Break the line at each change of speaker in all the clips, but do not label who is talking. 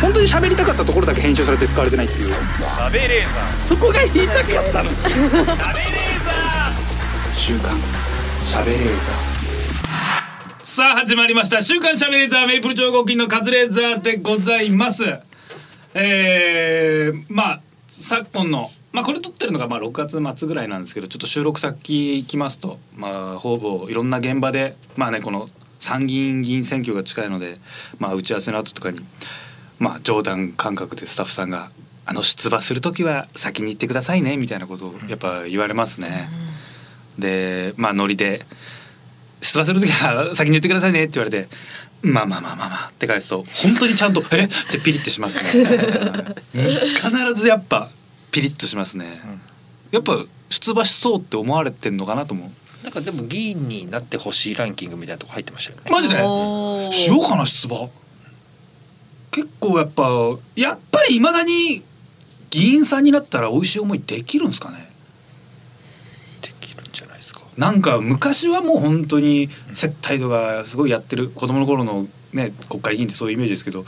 本当に喋りたかったところだけ編集されて使われてないっていう
食べレー
そこが言いたかったの
ザー食べレーザー
週刊喋れー
さあ始まりました週刊しゃべレーザーメイプル超合金のカズレーザーでございますえー、まあ昨今のまあこれ撮ってるのがまあ6月末ぐらいなんですけどちょっと収録先行きますとまあほぼいろんな現場でまあねこの参議院議員選挙が近いのでまあ打ち合わせの後とかにまあ冗談感覚でスタッフさんが「あの出馬する時は先に行ってくださいね」みたいなことをやっぱ言われますね。でまあノリで出馬する時は先に言ってくださいねって言われて「まあまあまあまあまあ」って返すと本当にちゃんと「えっ?」てピリッてしますね必ずやっぱピリッとしますね、やっぱ出馬しそうって思われてんのかなと思う
なんかでも議員になってほしいランキングみたいなとこ入ってましたよね。
マジで
おー
しようかな出馬結構やっぱやっぱりいまだに議員さんになったら美味しい思いできるんですかね
できるんじゃないですか。
なんか昔はもう本当に接待とかすごいやってる子供の頃のね国会議員ってそういうイメージですけど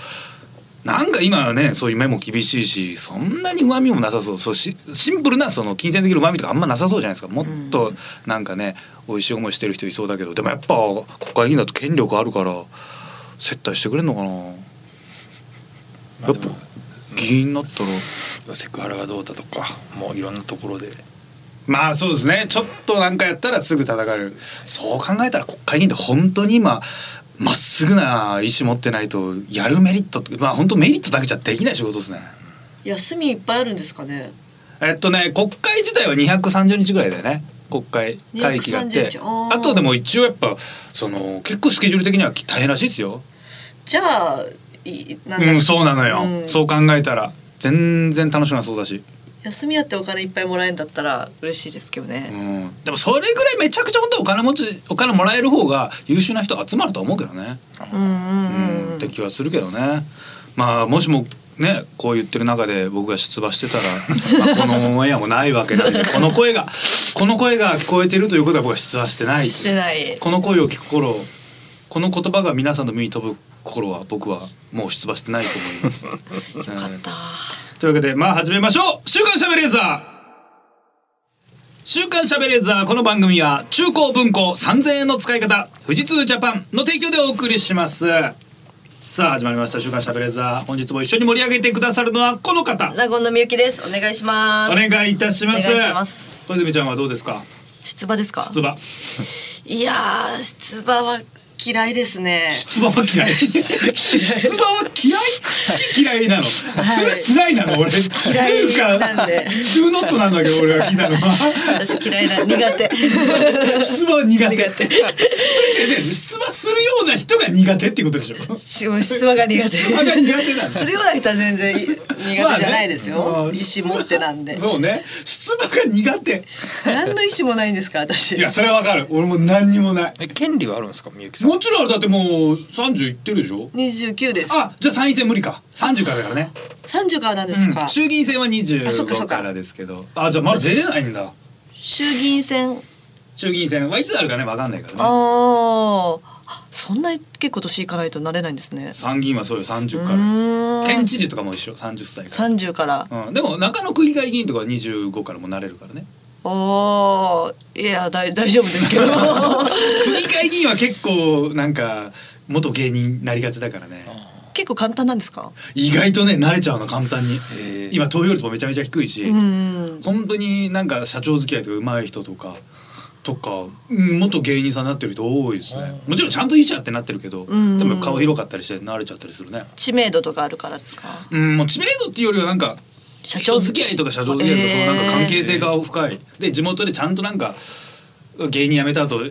なんか今はねそういう目も厳しいしそんなにうまみもなさそうそうしシンプルなその金銭的なうまみとかあんまなさそうじゃないですかもっとなんかね美味しい思いしてる人いそうだけどでもやっぱ国会議員だと権力あるから接待してくれんのかな
まあ
やっ
で
ぱ
も
議員になったら
セクハラがどうだとか、もういろんなところで。
まあそうですねちょっとなんかやったらすぐ叩かれるそう考えたら国会議員って本当に今まっすぐな意思持ってないとやるメリットってまあ本当メリットだけじゃできない仕事ですね
休みいっぱいあるんですかね。
えっとね国会自体は230日ぐらいだよね国会会期があって
230日あー
あとでも一応やっぱその結構スケジュール的には大変らしいですよ
じゃあいなだ
うんそうなのよ、
うん
そう考えたら全然楽しくなそうだし、
休みあってお金いっぱいもらえるんだったら嬉しいですけど
う
ね。
ん、でもそれぐらいめちゃくちゃ本当はお金持ちお金もらえる方が優秀な人集まるとは思うけどね
うんう
う
んうんん
って気はするけどね。まあもしもねこう言ってる中で僕が出馬してたら、 まあこのオンエアもないわけなんでこの声がこの声が聞こえてるということは僕は出馬してない
してない。
この声を聞く頃この言葉が皆さんの目に飛ぶ頃は僕はもう出馬してないと思います。
よかった。
というわけでまあ始めましょう週刊しゃべれーザー週刊しゃべれーザーこの番組は中高文庫3000円の使い方富士通ジャパンの提供でお送りしますさあ始まりました週刊しゃべれーザー本日も一緒に盛り上げてくださるのはこの方
名古のみゆきです。お願いしま
お
す。
願いいたします
お願いします
小泉ちゃんはどうですか
出馬ですか。
出馬
いやー出馬は嫌いですね。
出馬は嫌い出馬は嫌い好き嫌いなのす
い
るしないなの俺
嫌
っ
い
ていうか
なんで
Do not なんだけど俺が聞いたのは
私嫌いな苦 手。
出馬は苦手。確かにね、出馬するような人が苦手ってことでしょ。
しもう出馬が苦手。
出馬が苦 手なんだ
するような人は全然苦手じゃないですよ。
まあね
意思持ってなんで。
そうね、出馬が苦手。
何の意思もないんですか私。
いや、それはわかる。俺も何にもない。
え、権利はあるんですか、みゆきさん。
もちろんあれだってもう三十いってるでしょ。
二十九です。
あ、じゃあ参院選無理か。三十からだからね。
三十からなんで
う
す
ん
か。
衆議院選は二十
あそっかそっか
からですけど。あ、じゃあまだ出れないんだ。
衆議院選。
衆議院選はいつあるかね、わかんないからね。
ああ。そんな結構年いかないとなれないんですね。
参議院はそうよ、三十
う
から。
ーん
県知事とかも一緒、三十歳から。
三十から。
うん、でも中野区議会議員とかは25からもなれるからね
おお。いや大大丈夫で すけど。
区議会議員は結構なんか元芸人になりがちだからね
結構簡単なんですか。
意外とね慣れちゃうの簡単に
へー
今投票率もめちゃめちゃ低いし、
うん。
本当になんか社長付き合いとか上手い人とかとかうん元芸人さんになってる人多いですねもちろんちゃんと医者ってなってるけど、
ん
でも顔広かったりして慣れちゃったりするね
知名度とかあるからですか。
うんもう知名度っていうよりはなんか
社
人
長
付き合いとか社長付き合いとか、そのなんか関係性が深いで地元でちゃんとなんか芸人辞めた後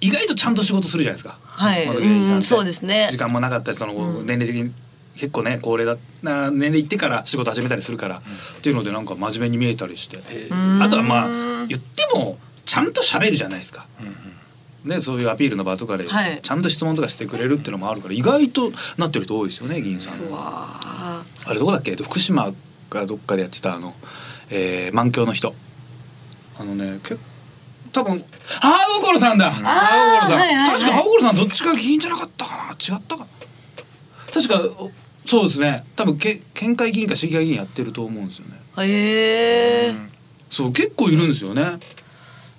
意外とちゃんと仕事するじゃないですか、
はい
まだ芸人さんって
うんそうですね
時間もなかったりその
うん
年齢的に結構ね高齢だな年齢いってから仕事始めたりするから、っていうのでなんか真面目に見えたりして、
え
うーん
あとはまあ言ってもちゃんと喋るじゃないですか。ね、そういうアピールの場とかで
はい
ちゃんと質問とかしてくれるっていうのもあるから意外となってる人多いですよね議員さん。
わあ。
あれどこだっけえっと福島がどっかでやってたあの、えー満響の人あのねけ多分ハーゴコロさんだハーゴコロさん、
はいはいはい
確かハーゴコロさんどっちか議員じゃなかったかな違ったかな確かおそうですね多分け県会議員か市議会議員やってると思うんですよね
ええ
うん
そう結構いるんですよね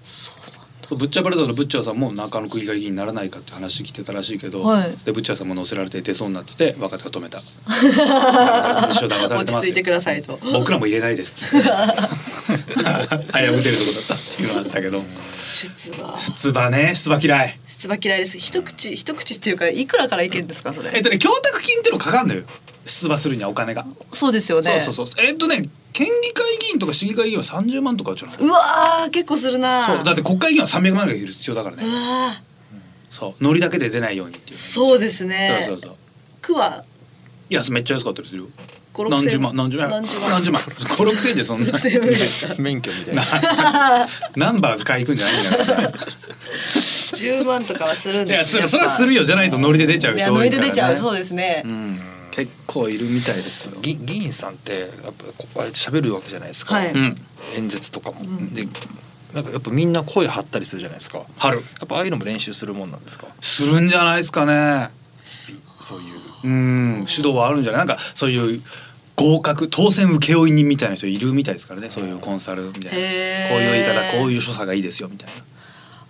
そうぶっちゃバレたのブッチャーさんも中野区議会議員にならないかって話来てたらしいけど、
はい
でブッチャーさんも乗せられて出そうになってて若手が止 めた一緒だ騙され
落
てま
ち
す
着いて
よ
くださいと。
僕らも入れないですっつって早く出るとこだったっていうのがあったけど
出馬。
出馬ね出馬嫌い
出馬嫌いです。一口一口っていうかいくらからいけんですかそ
えっ
れ。
とね供託金っていうのかかんのよ出馬するにはお金が、
そうですよ
そう
ね。
そうそうえっとね県議会議員とか市議会議員は30万とかじゃないそう
わー結構するな。
うだって国会議員は300万がいる必要だからね
うわ
そうノリだけで出ないようにってい
ー
う
そうです
そう
ね
そう。そう
区はい
やめっちゃ安かったりするよ
五
何
六
十
千。
万何十万
何十万。
何十万五六千でそんな
六千円ぐらいですか。
免許みたいな。
ナンバーズ買い行くんじゃないんだから
十万とかはするん
い
で
や
す。
そそれはする
よ。
よじゃないとノリで出ちゃう
い
人
や
多
ノ
い
イ
か
で
ら、ね、
出ちゃうそうですね。
うん結構いるみたいですよ
議議員さんってやっぱこうあれ喋るわけじゃないですか。
はい
うん
演説とかも、
ん
でなんかやっぱみんな声張ったりするじゃないですか。や
春
っぱああいうのも練習するもんなんですか。
するんじゃないですかね
スピそういう。
うん指導はあるんじゃないなんかそういう合格当選請負人みたいな人いるみたいですからねそういうコンサルみたいなこう
へー
いう言い方こういう所作がいいですよみたいな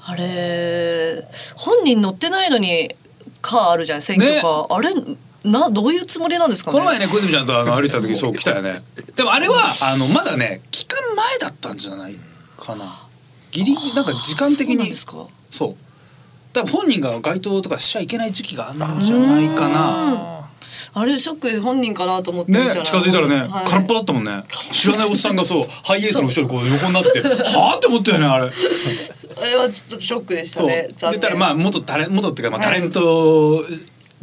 あれ本人乗ってないのにカーあるじゃん選挙カー、あれなどういうつもりなんですかね
この前ね小泉ちゃんとあの歩いてた時 そう来たよねでもあれはあのまだね期間前だったんじゃないかなギリギリなんか時間的
そうなん
に
ですか
そうだから本人が該当とかしちゃいけない時期があるんじゃないかな
あれショックで本人かなと思って見たら、
ね近づいたらね、
はい
空っぽだったもんね知らないおっさんがそうハイエースの後ろにこう横になって てはあって思ったよねあれ
あれはちょっとショックでした
そう
ね
でたらまあ元タレ元っていうかまあタレント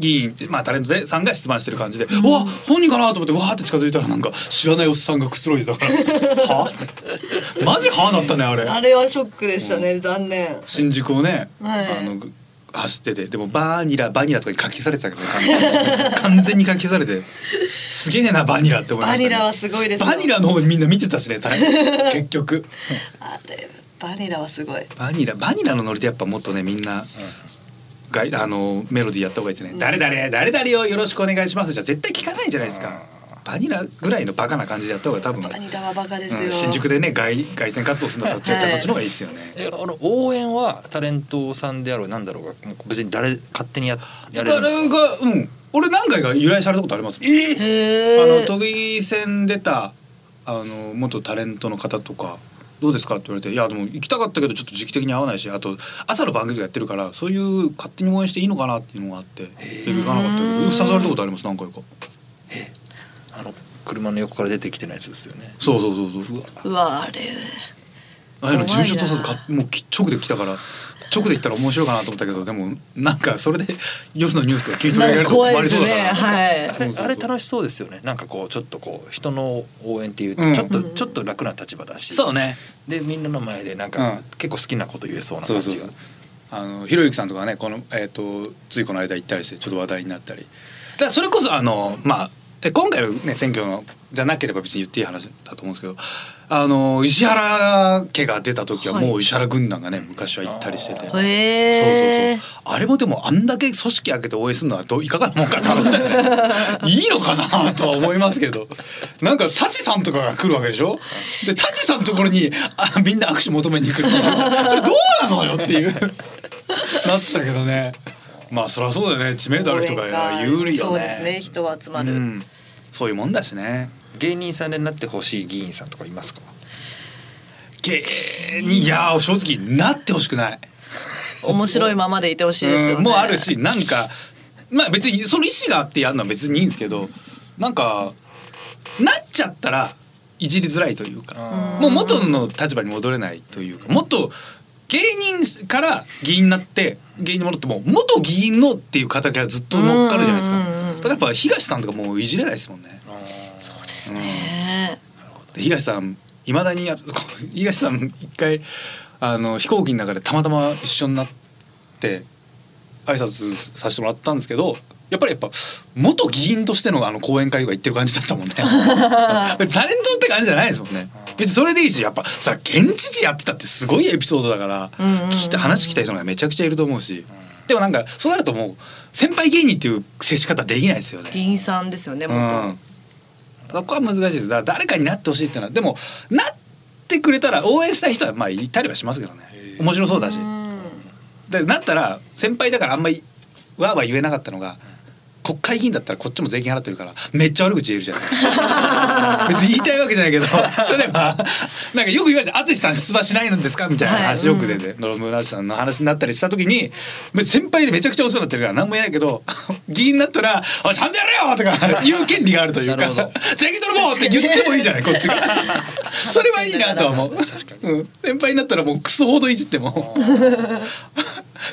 議員ってまあタレントでさんが出馬してる感じで、うわ本人かなと思ってわーって近づいたらなんか知らないおっさんがくつろいでたからはあ マジはあだったねあれ
あれはショックでしたね、残念
新宿をね、
はい
あのぐ走っててでもバニラバニラとかに書き消されてたけどね完全に完全に書き消されてすげえなバニラって思いま
バ
したね
ニラはすごいですよ
バニラの方みんな見てたしね大 変結局
あれバニラはすごい
バニラバニラのノリでやっぱもっとねみんな、がいあのメロディーやった方がいいですね、
うん
誰誰誰誰をよろしくお願いしますじゃ絶対聞かないじゃないですか、バニラぐらいのバカな感じでやった方が多分、
バニラはバカですよ、
うん新宿でね外外線活動するんだったら絶対そっちの方がいいですよね、
えあの応援はタレントさんであろうなんだろうがもう別に誰勝手にややれるんです
誰
か。
がうん俺何回か由来されたことありますもん
え
へ
あの
え
都議選出たあの元タレントの方とかどうですかって言われて「いやでも行きたかったけどちょっと時期的に合わないしあと朝の番組とかやってるからそういう勝手に応援していいのかなっていうのがあって
へー
行かなかったけ
うー
ど
ん
ふさされたことあります何回か
あの車の横から出てきてないやつですよね。
そうそうそうそう
うわあれ
ああいうの事
怖いな
務所とさかもうき直で来たから直で行ったら面白いかなと思ったけどでもなんかそれで夜のニュースとか聞いとられると困
怖いで
り
す
そう
ね
だから。
は
あ
い
れ
そうそうそう
あれ楽しそうですよね。なんかこうちょっとこう人の応援っていう
う
と
ん
ちょっと、
うん
ちょっと楽な立場だし。
そうね
でみんなの前でなん
う
か
ん
結構好きなこと言えそうな
そ
感
うそう
じ
そ
が
う。あのひろゆきさんとかねこの、えー、とついこの間行ったりしてちょっと話題になったりだからそれこそあのまあえ今回の、ね、選挙のじゃなければ別に言っていい話だと思うんですけどあの石原家が出た時は
はい
もう石原軍団がね昔は行ったりしてて。
あ
そう
ー
そう
へえ
そうあれもでもあんだけ組織開けて応援するのはどういかがなもんかって話だよねいいのかなとは思いますけどなんか舘さんとかが来るわけでしょで舘さんのところにあみんな握手求めに来るっていうそれどうなのよっていうなってたけどねまあそりゃそうだよね知名度ある人が言うよね
そうですね人は集ま
う
る、
ん、そういうもんだしね
芸人さんになってほしい議員さんとかいますか。
芸人いやー正直なってほしくない
面白いままでいてほしいですよね、
うんもうあるしなんかまあ別にその意思があってやるのは別にいいんですけどなんかなっちゃったらいじりづらいというか
ん
もう元の立場に戻れないというかもっと芸人から議員になって芸人に戻っても元議員のっていう形がずっと乗っかるじゃないですか
う
だ
んうんうんうん
からやっぱ東さんとかもういじれないですもんね
そうですね、
で東さんいまだにや東さん一回あの飛行機の中でたまたま一緒になって挨拶させてもらったんですけどやっぱりやっぱ元議員としてのあの講演会とか行ってる感じだったもん ねタレントって感じじゃないですもんね別にそれでいいしやっぱさ県知事やってたってすごいエピソードだから
うんうんうん
聞きた話聞きたい人がめちゃくちゃいると思うしでもなんかそうなるともう先輩芸人っていう接し方できないですよね
議員さんですよね元、
うん、そこは難しいですだから誰かになってほしいっていうのはでもなってくれたら応援したい人はまあいたりはしますけどね
へえ
面白そうだし
うん
でなったら先輩だからあんまりわーわー言えなかったのが国会議員だったらこっちも税金払ってるからめっちゃ悪口言えるじゃ ない別に言いたいわけじゃないけど例えばなんかよく言われて「淳さん出馬しないのですか?」みたいな話よ
はい
く出て野々村さんの話になったりした時に別に先輩でめちゃくちゃお世話になってるから何も言えないけど 議員になったら「あちゃんとやれよ!」と か言う権利があるというなかるほど「税金取るもって言ってもいいじゃないこっち がそれはいいなとは思う
確か
うん、先輩になったらもうクソほどいじっても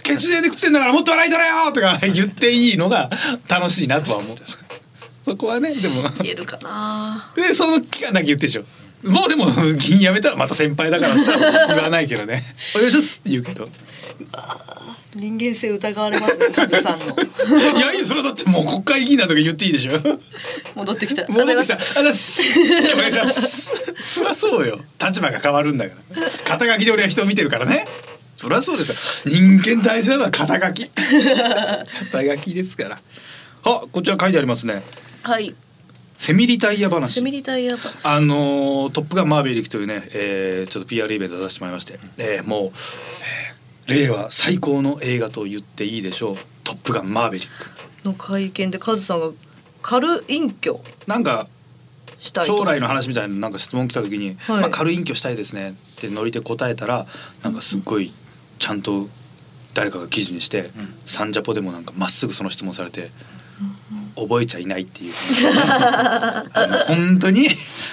血税で食ってんだからもっと笑い取れよとか言っていいのが楽しいなとは思うそこはねでも
言えるかな
でその期間だけ言ってでしょもうでも議員辞めたらまた先輩だからしたら言わないけどね「お願いします」って言うけど
人間性疑われますねカズさん の
「いやいやそれだってもう国会議員なんだから言っていいでしょ」
戻ってきた
戻ってきた「
あ
あざっす」「お願いします」そりゃそうよ立場が変わるんだから肩書きで俺は人を見てるからねそりゃそうですよ人間大事なのは肩書き肩書きですからあこちら書いてありますね
はい
セミリタイヤ話
セミリタイヤば
あのートップガンマーヴェリック」というね、えーちょっと PR イベント出させてもらいまして、えーもう、えー令和最高の映画と言っていいでしょう「トップガンマーヴェリック
の会見でカズさんが軽隠居」
なんか
したいと
将来の話みたいななんか質問来た時に「
はい
まあ、軽い隠居したいですね」ってノリで答えたらなんかすっごいちゃんと誰かが記事にして、サンジャポでもなんかまっすぐその質問されて。覚えちゃいないっていう、あの本当に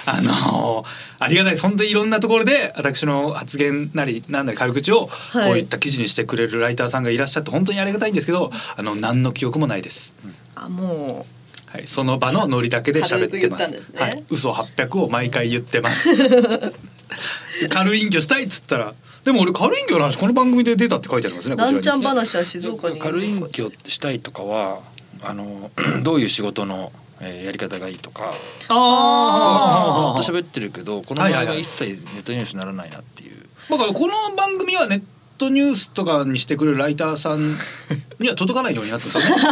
あのありがたいです本当にいろんなところで私の発言なりなんなり軽口をこうい
い
った記事にしてくれるライターさんがいらっしゃって本当にありがたいんですけどあの何の記憶もないです。
あも
はい、その場のノリだけで喋ってま
軽く言った
す。
んですね
はい、嘘八百を毎回言って ます。軽い隠居したいっつったら、でも俺軽い隠居の話この番組で出たって書いてありますね。
う
こちら
な
に
んちゃん話は静岡に
軽隠居したいとかはあの どういう仕事の、えーやり方がいいとかず
あ
っ
あ
と喋ってるけどこの
は
前
いはい
は
はい
一切ネットニュースにならないなっていう。
だからこの番組はネットニュースとかにしてくれるライターさんには届かないようになってるん ですよね。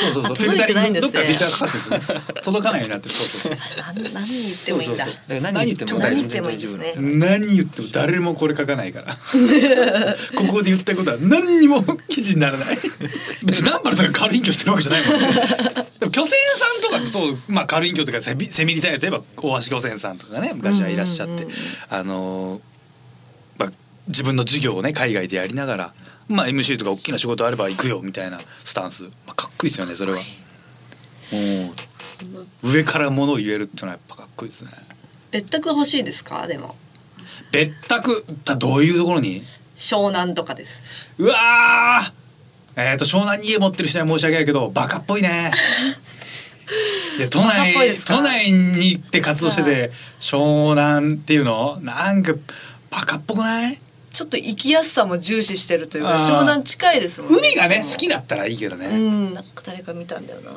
そうそうそう。
あ届いてないんで
フィルタリングどっ
すね
かフィルターかかってるんですよね。届かないようになってる。そうそうそう。
なん何言ってもいいんだ
そうそう
だから何言っても大丈夫
何言ってもいいですね
何言っても誰もこれ書かないから ここで言ったことは何にも記事にならない 別に南原さんが軽い居してるわけじゃないもんね でも漁船さんとかってそう、まあ、軽い居とかセミセミリタイヤといえば大橋漁船さんとかね昔はいらっしゃって、
うんうんうんうん
あのーまあ、自分の事業をね海外でやりながら、まあ、MC とか大きな仕事あれば行くよみたいなスタンス、まあ、かっこいいですよねそれは。もう上から物を言えるっていうのはやっぱかっこいいですね。
別宅欲しいですかでも
別宅だどういうところに
湘南とかです
うわーえっ、と湘南に家持ってる人には申し訳ないけどバカっぽい ねいや都
バカっ
内
ぽいですか
都内に行って活動してて湘南っていうのなんかバカっぽくない
ちょっと行きやすさも重視してるというか
あー
湘南近いですもん
海がね好き
な
だったらいいけどね、
うんなんか誰か見たんだよな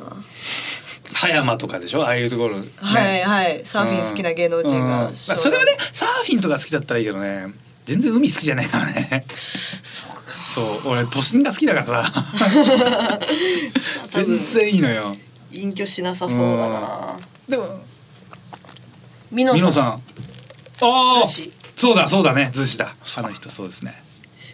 葉山とかでしょああいうところ、ね、
はいはいサーフィン好きな芸能
う
人
ん
が、
まあそれはねサーフィンとか好きだったらいいけどね全然海好きじゃないからねそうかそう俺都心が好きだからさ
多分
全然いいのよ
隠居しなさそうだな
でも
美濃
美
さ
濃
ん
さんああ
逗子
そうだそうだね逗子だあの人そうですね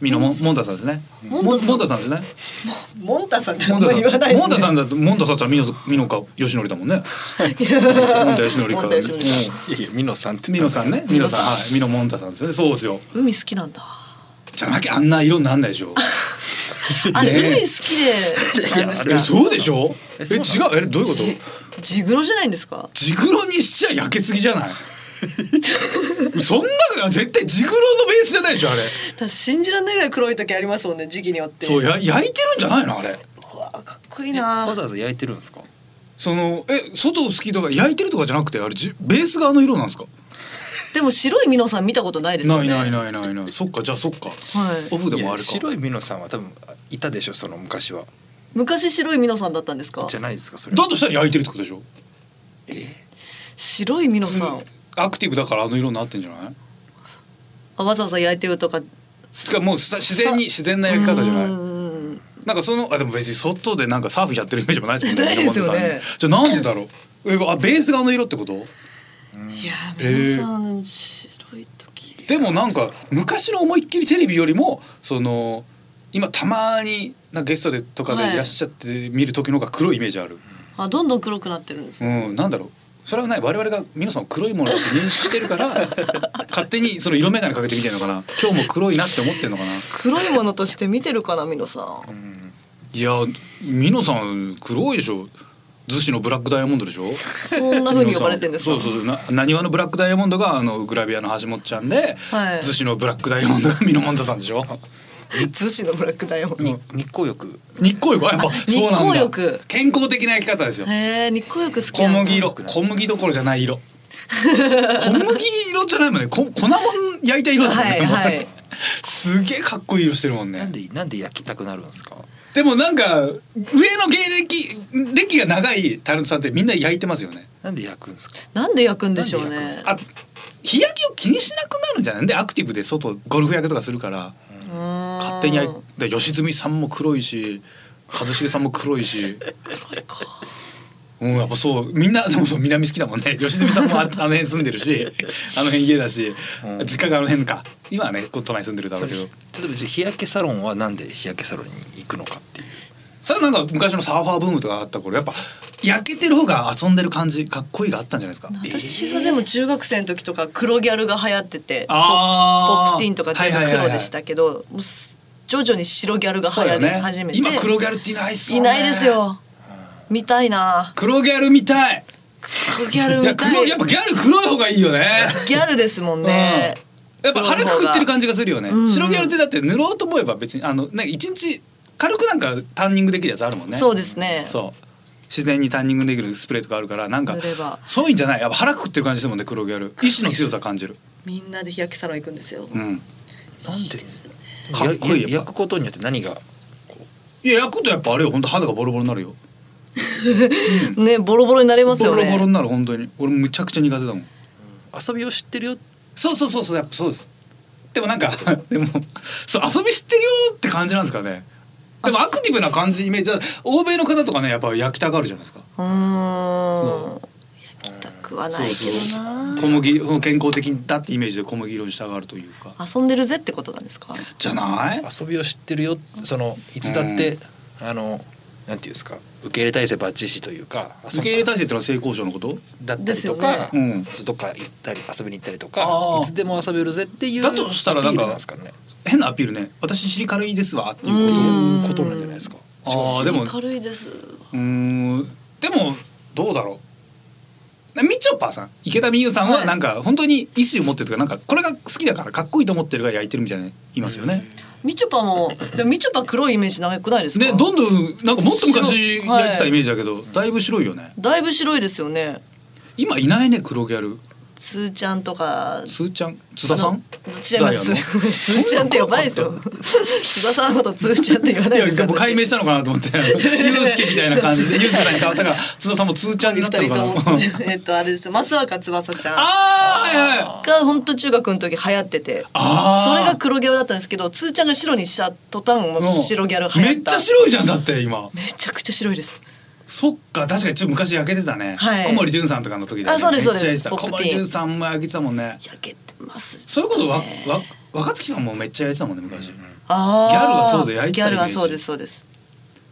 美濃ももんたさんですねも
も
も
んたさん
んたさんですね
モンタさんってあ
も
ん
ん
ま
たさ
言わない
ん
ですね
もんたさんだともんたさんだったら美濃美濃か吉典だもんねもんた吉典か
もんたよしのりさん
うん
いやいや美濃さんって
美濃さん ね美濃さん
美濃さん
はい美濃もんたさんですよねそうですよ
海好きなんだ
じゃなきゃあんな色になんないでしょ
あれ、
ねえ
海好きでなんですか
えそうでしょえ
そう
違うえどういうこと
じジグロじゃないんですか
ジグロにしちゃ焼けすぎじゃない そんなの絶対ジグロのベースじゃないでしょあれ
私信じられないぐらい黒い時ありますもんね時期によって
そうや焼いてるんじゃないのあれ
うわかっこいい
え
な
わざわざ焼いてるんですか
そのえ外好きとか焼いてるとかじゃなくてあれじベース側の色なんですか、
でも白いミノさん見たことないですよ
な
ね
いない
い
ないないないそっかじゃあそっか
はい
オフでもある
い
か
や白い美濃さんは多分いたでしょその昔は
昔白いミノさんだったんですか
じゃないですかそれ
だとしたら焼いてるってことでしょ
白いミノさん
アクティブだからあの色になってんじゃない
あわざわざ焼いてるとか
つかもうさ自然に自然な焼き方じゃ
う
ない
ーん
なんかそのあでも別に外でなんかサーフやってるイメージもないですもんね。
ないですよね
山本さんじゃあなんでだろう。えあベースがあの色ってこと？
いや皆さん白い時
でもなんか昔の思いっきりテレビよりもその今たまになんかゲストでとか
は
で
い
いらっしゃって見る時の方が黒いイメージある。
あどんどん黒くなってるんですね
うん、なんだろう。それはない我々が皆さんを黒いものだと認識してるから 勝手にその色眼鏡かけてみてるのかな今日も黒いなって思ってるのかな
黒いものとして見てるかなミノさん
うん
いや美濃さん黒いでしょ逗子のブラックダイヤモンドでしょ
そんな風に呼ばれてんですか
そうそうななにわのブラックダイヤモンドがあのグラビアの橋本ちゃんで
はい
逗子、のブラックダイヤモンドが美濃もんざさんで しょ
逗子のブラックダイヤモンド
に日光浴
日光浴はやっぱそうなんだ
日光浴
健康的な生き方ですよ
へえ日光浴好き
小
なんだ
麦色小麦どころじゃない色小麦色じゃないもんねこ粉もん焼いた色だもん
は
ね、
いはい
すげえかっこいい色してるもん
なん
ね
でなんで焼きたくなるんですか
でもなんか上の芸歴歴が長いタレントさんってみんな焼いてますよね
なんで焼くんですか
なんで焼くんでしょうね
あ日焼けを気にしなくなるんじゃないでアクティブで外ゴルフ焼けとかするから勝
勝
手に焼いで吉住さんも黒いし一茂さんも黒い しうん、やっぱそうみんなでもそう南好きだもんね吉住さんもああの辺住んでる しあの辺家だし、
うん
実家があの辺か今はねこう都内住んでるだろうけど
それ例えばじゃあ日焼けサロンはなんで日焼けサロンに行くのかっていう
それはなんか昔のサーファーブームとかあった頃やっぱ焼けてる方が遊んでる感じかっこいいがあったんじゃないですか。
私はでも中学生の時とか黒ギャルが流行っててポ
あー
ップティーンとか全部黒でしたけどもうす徐々に白ギャルが流
そうだ
行
よ
り
ね
始めて
今黒ギャルっていないっすも
い
んね
ないですよ見たいな
黒ギャルみたい
黒ギャル
いや
見た
黒
い
やっぱギャル黒い方がいいよね
ギャルですもん ね
やっぱ腹くくってる感じがするよね、
うんうん
白ギャルってだって塗ろうと思えば別にあのね一日軽くなんかタンニングできるやつあるもんね
そうですね
そう自然にタンニングできるスプレーとかあるからなんか
塗れば
そういうんじゃないやっぱ腹くくってる感じですもんね黒ギャル意志の強さ感じる
みんなで日焼けサロン行くんですよ
うん
なんで
ですよね
かっこいい
や
やっ
焼
ぱ
くことによって何が
いや焼くとやっぱあれよ本当肌がボロボロになるよ
ねボロボロになりますよ
ボロボロ
ね
になる本当に俺むちゃくちゃ苦手だもん
遊びを知ってるよ
そうそうそうそうやっぱそうですでもなんか でもそう遊び知ってるよって感じなんですかねでもアクティブな感じイメージだ欧米の方とかねやっぱ焼きたがるじゃないですか
うーん
そ
焼きたくはないけどな
小麦その健康的だってイメージで小麦色に従うというか
遊んでるぜってことなんですか
じゃない
遊びを知ってるよそのいつだってあのなんていうんですか受け入れ体制バッチシというか
受け入れ体制ってのは性交渉のこと
だったりと
で
か、
す
よね
どっか行ったり遊びに行ったりと
あ
か
ー
いつでも遊べるぜっていう
だとしたらなんか
アピールですかね
変なアピールね私尻軽いですわっていううこと
こ
ん
となんじゃないですか
ああでもう
軽いです
ーんでもどうだろうみちょぱさん池田美優さん
は
はいなんか本当に意思を持ってるというかなんかこれが好きだからかっこいいと思ってるが焼いてるみたいないますよね。
みちょぱもでもみちょぱ黒いイメージ長くないですか
ね、どんどんなんかもっと昔
白い
やってたイメージだけど、だいぶ白いよね
だいぶ白いですよね
今いないね黒ギャル
つーちゃんとか
つーちゃん津田さん
違いま
だよね
す。つーちゃんって呼ばないですよ。津田さんのことつーちゃんって言わないい
や
ですよ。
もう解明したのかなと思って ユースケみたいな感じでユースケさんに変わったから津田さんもつーちゃんに
二
なったの
人
か
と
な
もえっとあれですよ。松若翼ちゃんが
あーはいはい
本当中学の時流行ってて、
あー
それが黒ギャルだったんですけど、つーちゃんが白にした途端もう白ギャル流行った。
めっちゃ白いじゃんだって今
めちゃくちゃ白いです。
そっか確かにちょっと昔焼けてたね、
はい
小森純さんとかの時だよね
あそうですそうです
めっちゃ焼いてた
ポッ
小
プティーン
森純さんも焼けてたもんね
焼けてます。
そういうことわわ若槻さんもめっちゃ焼いてたもんね昔、
あー
ギャルはそうで焼いて
ギ
た
ャ
イメー
ルは
ジ
そうですそうです。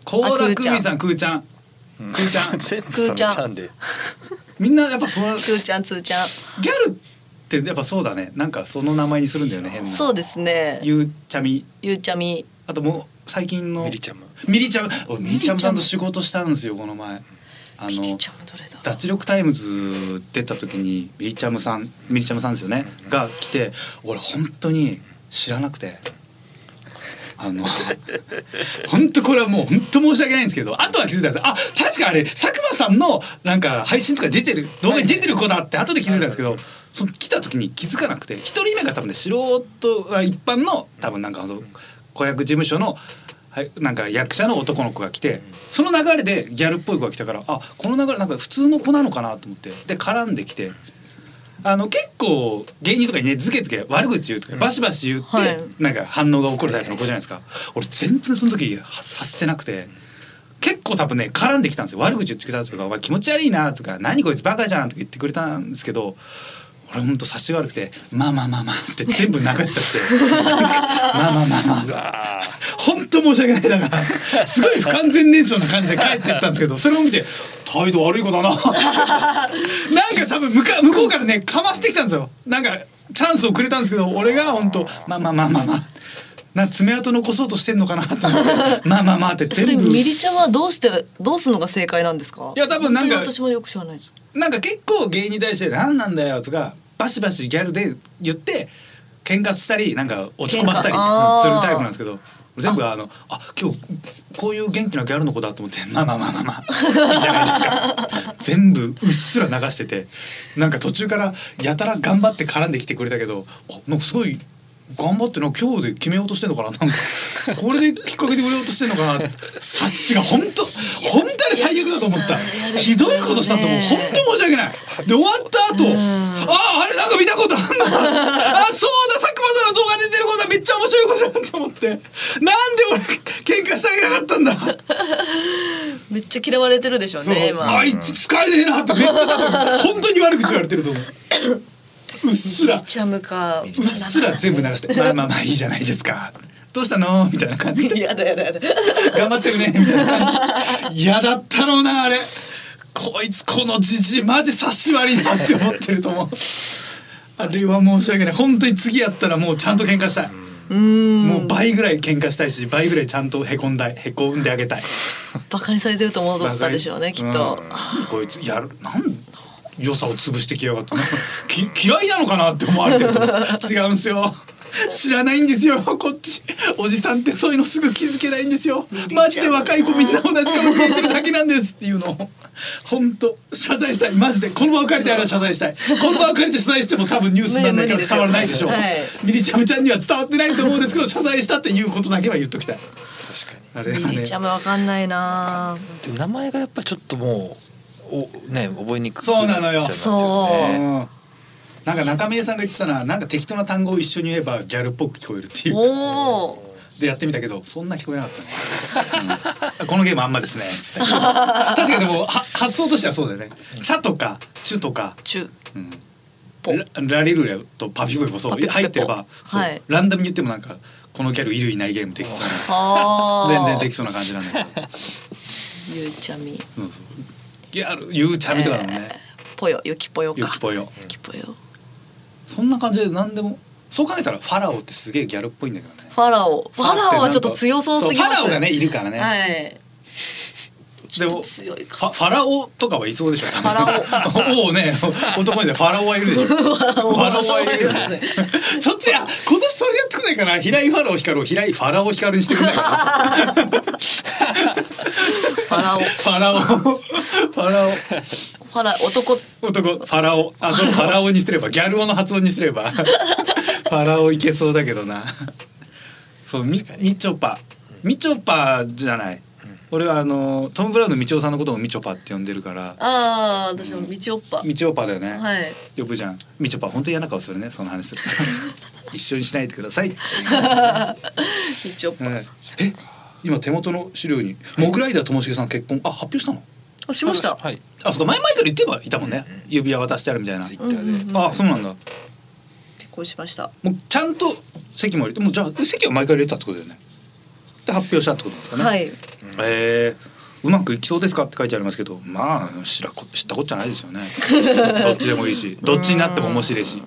高
あく
田
ー
久
ちゃん
美さんくーちゃんくーちゃん
全部
くーちゃ ん
そので
みんなやっぱその
つーちゃんつーちゃん。
ギャルってやっぱそうだねなんかその名前にするんだよね変な
そうですね。
ゆうちゃみ
ゆうちゃみ。
あともう最近の
ミリちゃんも
ミリちゃん俺ミリちゃんさん
ミリちゃん
と仕事したんですよこの前あ
ミリ
の
ちゃんはどれだ。
脱力タイムズ出た時にミリちゃムさんミリちゃムさんですよねが来て俺本当に知らなくてあの 本当これはもう本当申し訳ないんですけど後は気づいたんですあ確かあれ佐久間さんのなんか配信とか出てる動画に出てる子だって後で気づいたんですけどその来た時に気づかなくて一人目が多分ね素人あ一般の多分なんかあの子役事務所のはい、なんか役者の男の子が来て、その流れでギャルっぽい子が来たからあこの流れなんか普通の子なのかなと思ってで絡んできてあの結構芸人とかにねズケズケ悪口言うとかバシバシ言って、
はい
なんか反応が起こるタイプの子じゃないですか俺全然その時は察せなくて結構多分ね絡んできたんですよ悪口言ってきたとか「お前気持ち悪いな」とか「何こいつバカじゃん」とか言ってくれたんですけど俺ほんと察しが悪くて「まあまあまあまあ」って全部流しちゃって「まあまあまあまあ」本当申し訳ないだからすごい不完全燃焼な感じで帰ってったんですけどそれを見て態度悪い子 だななんか多分向か向こうからねかましてきたんですよなんかチャンスをくれたんですけど俺が本当まあまあまあまあまあな爪痕残そうとしてんのかなと思ってまあまあまあって
それ
全部
ミリちゃんはどうしてどうするのが正解なんですか
いや多分なんか
本当に私もよく知らないです
なんか結構芸人に対して「何なんだよ」とかバシバシギャルで言って喧嘩したりなんか落ち込ましたり
喧嘩あー
するタイプなんですけど全部あの「あ今日こういう元気なギャルの子だ」と思って「まあまあまあまあまあいいじゃないですか」全部うっすら流しててなんか途中からやたら頑張って絡んできてくれたけどあなんかすごい。頑張ってな今日で決めようとしてんのかななんかこれできっかけで売れようとしてんのかな察しが本当本当に最悪だと思った
嫌でした
ひどいことしたと思う本当申し訳ないで終わった後あああれなんか見たことあんなあそうだ佐久間さんの動画出てることはめっちゃ面白い子じゃんと思ってなんで俺喧嘩してあげなかったんだ
めっちゃ嫌われてるでしょう
そう
ね今
あいつ使えねえなってめっちゃ多分本当に悪口言われてると思 ううっすら
ミリちゃむか
うっすら全部流 して「まあまあまあいいじゃないですか」どうしたのみたいな感じで
やだやだやだ
頑張ってるねみたいな感じ嫌だったろうなあれこいつこのじじいマジ差し割りだって思ってると思うあれは申し訳ない本当に次やったらもうちゃんと喧嘩したい
うん
もう倍ぐらい喧嘩したいし倍ぐらいちゃんとへこんだいへこんであげたい
バカにされてると思ったでしょうねきっと、
うんこいつやるなん良さを潰してきやがってなんか き嫌いなのかなって思われてると思う違うんです よ知らないんですよこっちおじさんってそういうのすぐ気づけないんですよマジで若い子みんな同じ顔見えてるだけなんですっていうのを本当謝罪したいマジでこの場を借りてあれは謝罪したいこの場を借りて謝罪しても多分ニュースになんないから伝わらないでしょう、
無理無理ですよ
ミリちゃむちゃんには伝わってないと思うんですけど謝罪したっていうことだけは言っときたい
確かに
あれは
ミリ
ね
ちゃむわかんないな
でも名前がやっぱちょっともうおね覚えにくく
そうなのよ
っちゃいますよね
うんなんか中宮さんが言ってたのはなんか適当な単語を一緒に言えばギャルっぽく聞こえるっていう
おお
でやってみたけどそんな聞こえなか ったね、うんこのゲームあんまですねつって確かにでもは発想としてはそうだよね「茶」とか「チュ」とか
中
「ララリルレ」と「パピブイ」もそう
パピブイ
入ってればそう
はい
ランダムに言ってもなんかこのギャルいるいないゲームできそう
あ
な
ー
全然できそうな感じなんだけど
ゆいちゃみ
そうそうギャルゆうちゃみとかだもんね、
ぽよゆきぽよか
ゆきぽよ
ゆきぽよ
そんな感じで何でもそう考えたらファラオってすげえギャルっぽいんだけどね
ファラオファラオはちょっと強そうすぎま
フ
す
ァラオがねいるからね、
はい
で
ちょっ
も
と強いか
ファファラオとかはいそうでしょフ
ァ
ラオおうね男にでファラオはいるでし ょファラオはいるよねそっちあ今年それやってくんないかな平井ファラオ光を平井ファラオ光にしてくんないか
ファラオ
なファラオファラ
ファラ男
オ男ファラオあそのファラオにすればギャルオの発音にすれ ばファラオいけそうだけどなそうみみちょぱみちょぱじゃない、俺はあのトム・ブラウンのみちおさんのこともみちょぱって呼んでるから
ああ私もみちおっぱ
みちおぱだよね、
はい
よくじゃんみちょぱ本当嫌な顔するねその話する と一緒にしないでください、
みちおっ
う
ぱ
んえ今手元の資料にモグライダーともしげさん結婚あ発表したの
あしました
はい
あそっか前々から言ってばいたもんね、指輪渡してあるみたいな、
ツイッタ
うんう
ー
ん
で
あそうなんだ
結婚しました
もうちゃんと席も入れてもうじゃあ席は毎回入れてたってことだよねで発表したってことなんですかね
はい
えーうまくいきそうですかって書いてありますけどまあ知らこ知ったことじゃないですよ ねどっちでもいいしどっちになっても面白いし、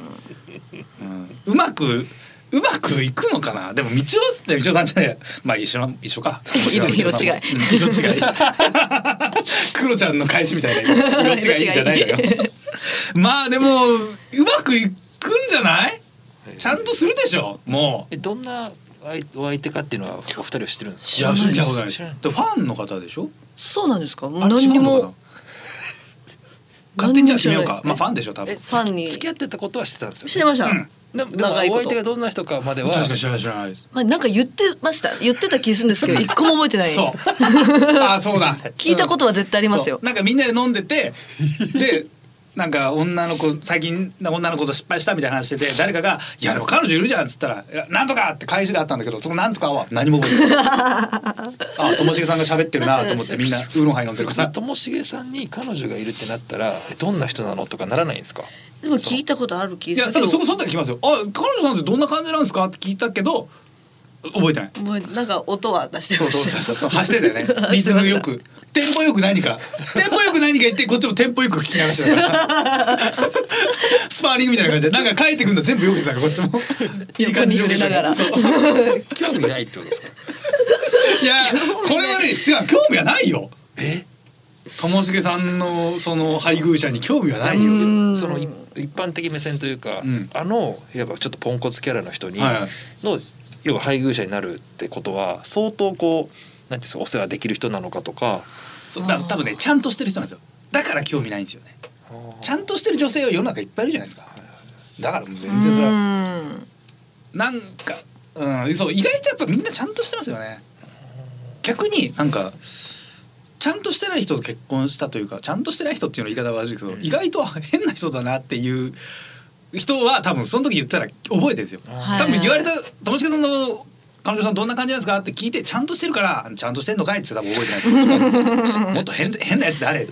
うん、うまくうまくいくのかなでも道夫道夫さんじゃないまあ一緒な一緒か
色色違い
うん色違 い黒ちゃんの返しみたいな色違いじゃないのよまあでもうまくいくんじゃないちゃんとするでしょもう
えどんなあいお相手かっていうのはお二人は知ってるんです
い
知
か
や
らないで
知
す
らないですでファンの方でしょ
そうなんですかも
あ
う
れ
何に
違うのかな
も
勝手にじゃあ決めようか
何にも知らない
まあファンでしょ多分
え
確
ファンに
付き合ってたことは知ってたんですよ、ね、
してました、
うん
でもでもお
長いこと
相手がどんな人かまでは
かに知らない知らないです
まあ、なんか言ってました言ってた気するんです けど一個も覚えてない
そうあーそうだ
聞いたことは絶対あ
あ
りますよ、
なんかみんなで飲んでてでなんか女の子最近女の子と失敗したみたいな話してて誰かが「いやでも彼女いるじゃん」っつったらいや「なんとか!」って返しがあったんだけどその「なんとか」は何も覚えて ないあともしげさんが喋ってるなと思ってみんなウーロンハイ飲んでる
普
から
通ともしげさんに彼女がいるってなったらえどんな人なのとかならないんですか
でも聞いたことある気
い
が
や
す
多
る
分そこそんなに来ますよ「あ彼女さんってどんな感じなんですか?」って聞いたけど覚えてない。
もうなんか音は出して
そう
ま
そう
し
そう
た
そうそう走ってたよねリズムよくテンポよく何かテンポよく何か言ってこっちもテンポよく聞き流してたからスパーリングみたいな感じでなんか書いてくんだ全部よくさこっちもいい
横
感
に
じで
揺れながら
そう
興味ないってことですか
いやこれはね違う興味はないよ
え
ともしげさんのその配偶者に興味はないよ
うん
そのい一般的目線というか、
うん
あのいわばちょっとポンコツキャラの人に、
はいはい
の要は配偶者になるってことは相当こうなんていうんですかお世話できる人なのかとか
そうだ多分ねちゃんとしてる人なんですよだから興味ないんですよねちゃんとしてる女性は世の中いっぱいいるじゃないですかだからもう全然それは
うん
なんか、うん、そう意外とやっぱみんなちゃんとしてますよね。逆になんかちゃんとしてない人と結婚したというかちゃんとしてない人っていうのは言い方は悪いけど、意外と変な人だなっていう人は多分その時言ったら覚えてるんですよ。
はい
多分言われた友近さんの彼女さんどんな感じなんですかって聞いてちゃんとしてるからちゃんとしてんのかいって多分覚えてない ですよもっと変変なやつであれ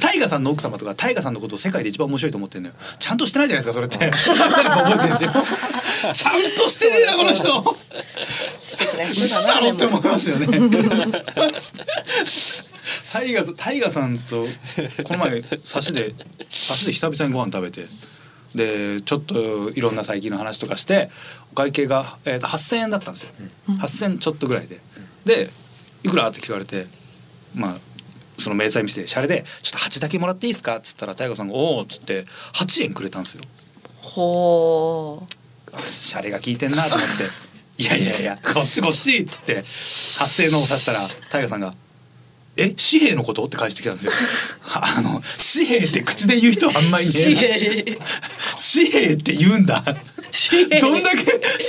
タイガさんの奥様とかタイガさんのことを世界で一番面白いと思ってるのよちゃんとしてないじ ゃないですかそれってやっぱ覚えてるんですよちゃんとしてねえなこの人
素敵な人
嘘だろって思い
でも
ますよねタイガさんタイガさんとこの前サシでサシで久々にご飯食べてでちょっといろんな最近の話とかしてお会計が、えーと8,000円だったんですよ、8,000ちょっとぐらいででいくらって聞かれてまあその明細見せてシャレで「ちょっと8だけもらっていいですか?」っつったらタイガさんが「おお」っつって8円くれたんですよ。
ほ
シャレが効いてんなと思 って「いやいやいやこっちこっち」っつって発声のを指したら大我さんが「え紙幣のこと?」って返してきたんです よ。あの紙幣って口で言う人はあんま
う
りね
紙幣
紙幣って言うん だ。どんだけ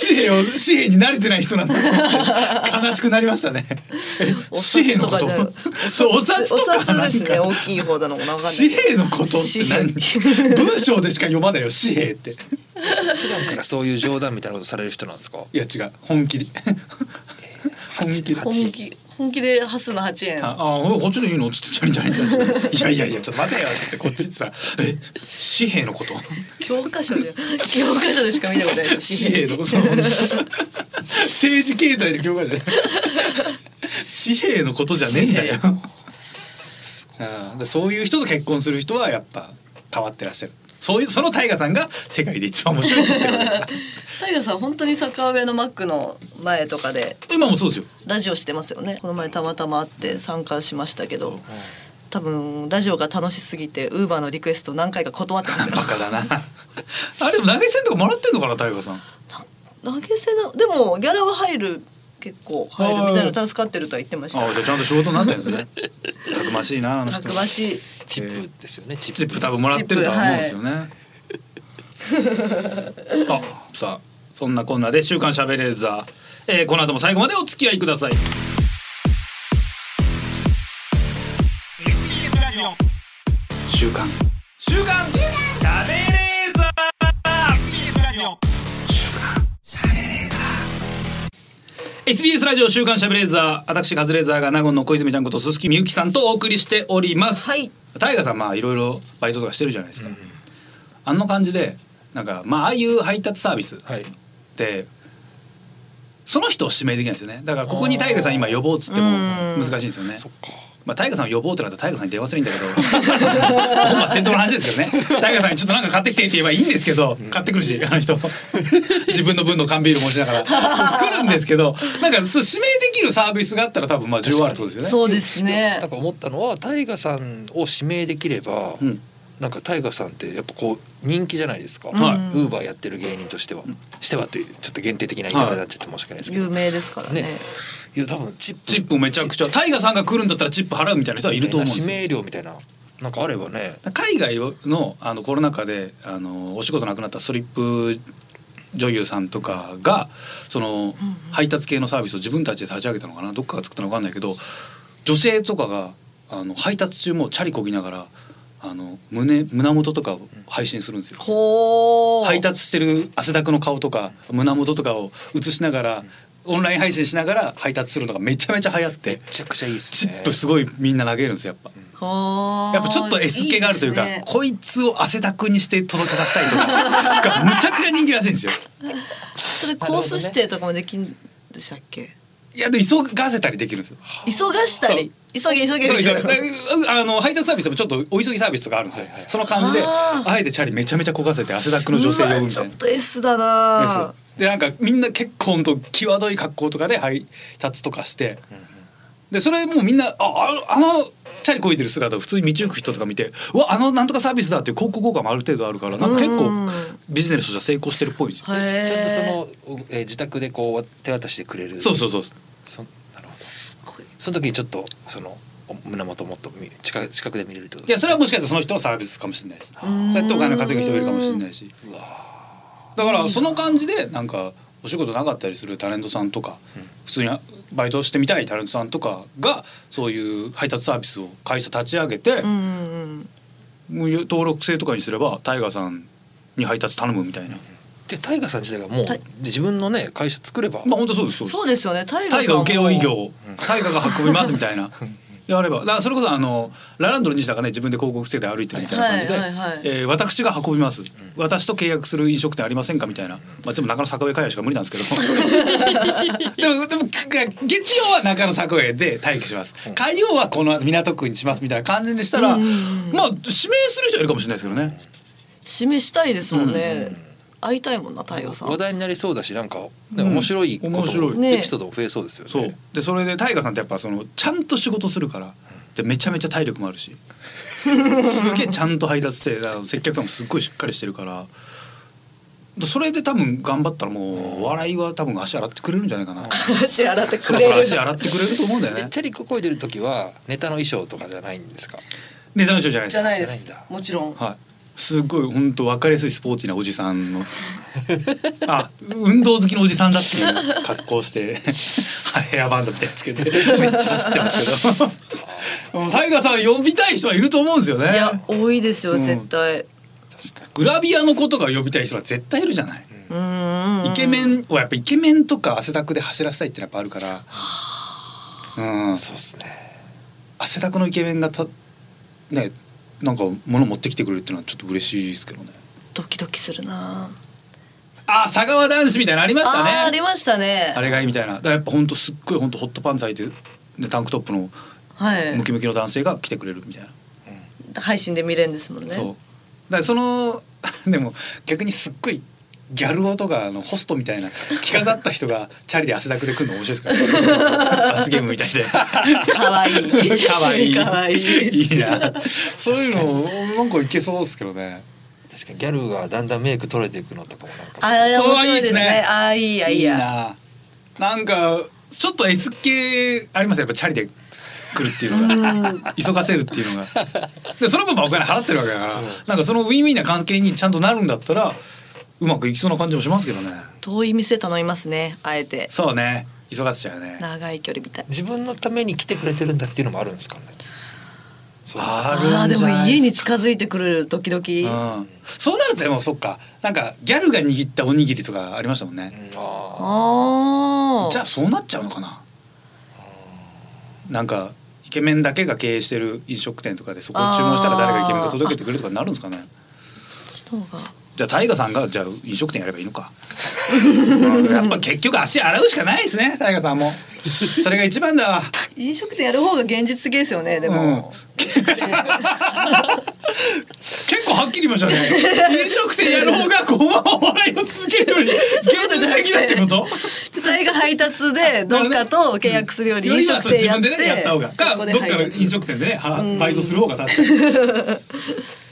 紙幣を紙幣に慣れてない人なんだと思って悲しくなりましたね。
お
紙幣
札
の
と
こ
か
と
じゃない
そうお札とか
お札です
な
ね
んか
大きい方だのかなわかんない
紙幣のことって何文章でしか読まないよ紙幣って。
普段からそういう冗談みたいなことされる人なんですか
いや違う本気で本気で
本気本気で端数の8円
ああこっちでいいのっつってチャリンチャリンチャリンいやいやいやちょっと待てよっつってこっちってさ「え紙幣のこと
教科書で教科書でしか見たことない です
紙幣のこと政治経済の教科じゃない 紙幣のことじゃねえんだよ」うんでそういう人と結婚する人はやっぱ変わってらっしゃるそういうその大ガさんが世界で一番面白いって言ってるわけだから
タイガーさん本当に坂上のマックの前とかで
今もそうですよ
ラジオしてますよねこの前たまたま会って参加しましたけど多分ラジオが楽しすぎてウーバーのリクエスト何回か断ってました
バカだなあれでも投げ銭とかもらってんのかな大ガさん
投げ銭のでもギャラは入る結構入るみたいな助かってるとは言ってました
ああじゃあちゃんと仕事になってるんですね。たくましいなあの
た
人。
くましい
チップですよねチップ
チップ多分もらってるとは思うんですよね。あさあそんなこんなで週刊しゃべれーザー、えー、この後も最後までお付き合いください。
週刊
週刊しゃべれーザー。SBS ラジオ週刊しゃべれーザー私カズレーザーが名護の小泉ちゃんこと鈴木みゆきさんとお送りしております。
はい
タイガさんまあいろいろバイトとかしてるじゃないですか、あの感じでなんかまあああいう配達サービスっ
はい
てその人を指名できないんですよねだからここにタイガさん今呼ぼうっつっても難しいんですよねまあ、タイガさんを呼ぼうってなったらタイガさんに電話するんだけど本末戦闘の話ですけどねタイガさんにちょっとなんか買ってきてって言えばいいんですけど買ってくるしあの人自分の分の缶ビール持ちながら来るんですけどなんかそう指名できるサービスがあったら多分まあ需要あるってことですよね。
そうですね
なんか思ったのはタイガさんを指名できれば、
うん
なんかタイガさんってやっぱこう人気じゃないですか、ウ
はい
ーバーやってる芸人としては、してはというちょっと限定的な言い方になっちゃって申し訳ないですけど、
有名ですからね
ねいや多分チップ
チップめちゃくちゃタイガさんが来るんだったらチップ払うみたいな人はいると思うんですよ
指名料みたいななんかあればね
海外のあのコロナ禍であのお仕事なくなったストリップ女優さんとかがその配達系のサービスを自分たちで立ち上げたのかなどっかが作ったのか分かんないけど女性とかがあの配達中もチャリこぎながらあの胸胸元とかを配信するんですよ。
ほー
配達してる汗だくの顔とか胸元とかを映しながらオンライン配信しながら配達するのがめちゃめちゃ流行って
めちゃくちゃいいっす
チッ
ね
プすごいみんな投げるんですよやっぱ。
ほー
やっぱちょっと S 気があるというか
いですね
こいつを汗だくにして届けさせたいとかがむちゃくちゃ人気らしいんですよ。
それコース指定とかもできんでしたっけ
いやで急がせたりできるんですよ。
急がしたり急げ急げ
そう
みたい
急
な
があの配達サービスでもちょっとお急ぎサービスとかあるんですよ。その感じで
あ
あえてチャリめちゃめちゃ焦がせて汗だくの女性呼ぶ
うわ
み
ち
た
ょ
い
っ
な。
と S だな
でなんかみんな結構ほんと際どい格好とかで配達とかして、でそれもうみんなあああのチャリこいでる姿を普通に道行く人とか見てうわあのなんとかサービスだっていう広告効果もある程度あるからなんか結構
うん
ビジネスとしては成功してるっぽいんですよ。
へー
ちゃんとその、えー自宅でこう手渡してくれる
そうそうそう
そなるほどその時にちょっとそのお胸元もっと見近く近くで見れるってこと
いや
です
それはもしかしたらその人のサービスかもしれないですそうやってお金稼ぐ人もいるかもしれないしだからその感じでなんかお仕事なかったりするタレントさんとか普通にバイトしてみたいタレントさんとかがそういう配達サービスを会社立ち上げて
うんうん
もう登録制とかにすればタイガーさんに配達頼むみたいな
でタイガーさん自体がもう
タイ
自分のね会社作れば、
まあ本当そうです
う
そうんです
そうですよねタイガ
タ
ー
イ
さん
が
も
請負業タイがが運びますみたいな。 やればだからそれこそあのラランドの西田がね自分で広告制で歩いてるみたいな感じで、
はいはいはい
えー私が運びます、私と契約する飲食店ありませんかみたいな、まあ、でも中野坂上会社しか無理なんですけど でもでも月曜は中野坂上で待機します火曜はこの後港区にしますみたいな感じにしたら、
うんうんうん
まあ指名する人いるかもしれないですけどね。
示したいですもんね会いたいもんなタイガーさん
話題になりそうだしなんか、ね
ん
面白いことも
面白い
ね
エピソードも増えそうですよね
そうでそれでタイガーさんってやっぱそのちゃんと仕事するからでめちゃめちゃ体力もあるしすげえちゃんと配達してあの接客さんもすっごいしっかりしてるからでそれで多分頑張ったらもうお笑いは多分足洗ってくれるんじゃないかな
足洗って
そ
く
ろ
れ
そ
る
ろ足洗ってくれると思うんだよ
え
ね
チャリここいでる時はネタの衣装とかじゃないんですか
ネタの人じゃないです
じゃないです
じゃないん
もちろん
はいすごい本当分かりやすいスポーティーなおじさんのあ運動好きのおじさんだっていう格好してヘアバンドみたいにつけてめっちゃ走ってますけどもうタイガーさん呼びたい人はいると思うんですよね
いや多いです
う
よ
ん
絶対
グラビアの子とか呼びたい人は絶対いるじゃない、
うんうんうん
イケメンはやっぱイケメンとか汗だくで走らせたいってのはやっぱあるから、うん、
そうですね
汗だくのイケメンがたねなんか物持ってきてくれるっていうのはちょっと嬉しいですけどね
ドキドキするな
あ佐川男子みたいなのありましたね
あーありましたね
あれがいいみたいなだからやっぱほんとすっごいほんとホットパンツ履いてでタンクトップの
はい
ムキムキの男性が来てくれるみたいな、
配信で見れるんですもんね
そうだからその でも逆にすっごいギャル男とかあのホストみたいな着飾った人がチャリで汗だくで来るの面白いですから、ね、罰ゲームみた いで
可愛い
かわいい
かわいい
いいなそういうのなんかいけそうですけどね
確かにギャルがだんだんメイク取れていくのとかもなんか
あー
そう
面白い
い
です
いっす
ね
ね
あーいいやいいや
ななんかちょっと S 系ありますねやっぱチャリで来るっていうのが急がせるっていうのがでその分まあお金払ってるわけだから、なんかそのウィンウィンな関係にちゃんとなるんだったらうまくいきそうな感じもしますけどね
遠い店頼みますねあえて
そうね急がせちゃうね
長い距離みたい
自分のために来てくれてるんだっていうのもあるんですかねそう
あ
あーで
るんじ
も
ゃない
家に近づいてくれるドキドキ
うん、そうなるとでもそっかなんかギャルが握ったおにぎりとかありましたもんね、
あ
あー
じゃあそうなっちゃうのかな、なんかイケメンだけが経営してる飲食店とかでそこを注文したら誰がイケメンが届けてくれるとかになるんですかね
こっちの方が
じゃあタイガさんがじゃあ飲食店やればいいのか。うんやっぱ結局足洗うしかないですね、タイガさんも。それが一番だわ。
飲食店やる方が現実的ですよねでも、
結構はっきり言いました ね。飲食店やる方がこのままお笑いを続ける より現実的だってこと？
大が配達でどっかと契約するより飲食店やっ
よりはそう自分でねやった方が。
てそ
か
こ
ど
で
っかの
配
飲
達
食店でねはバイトする方が確かに。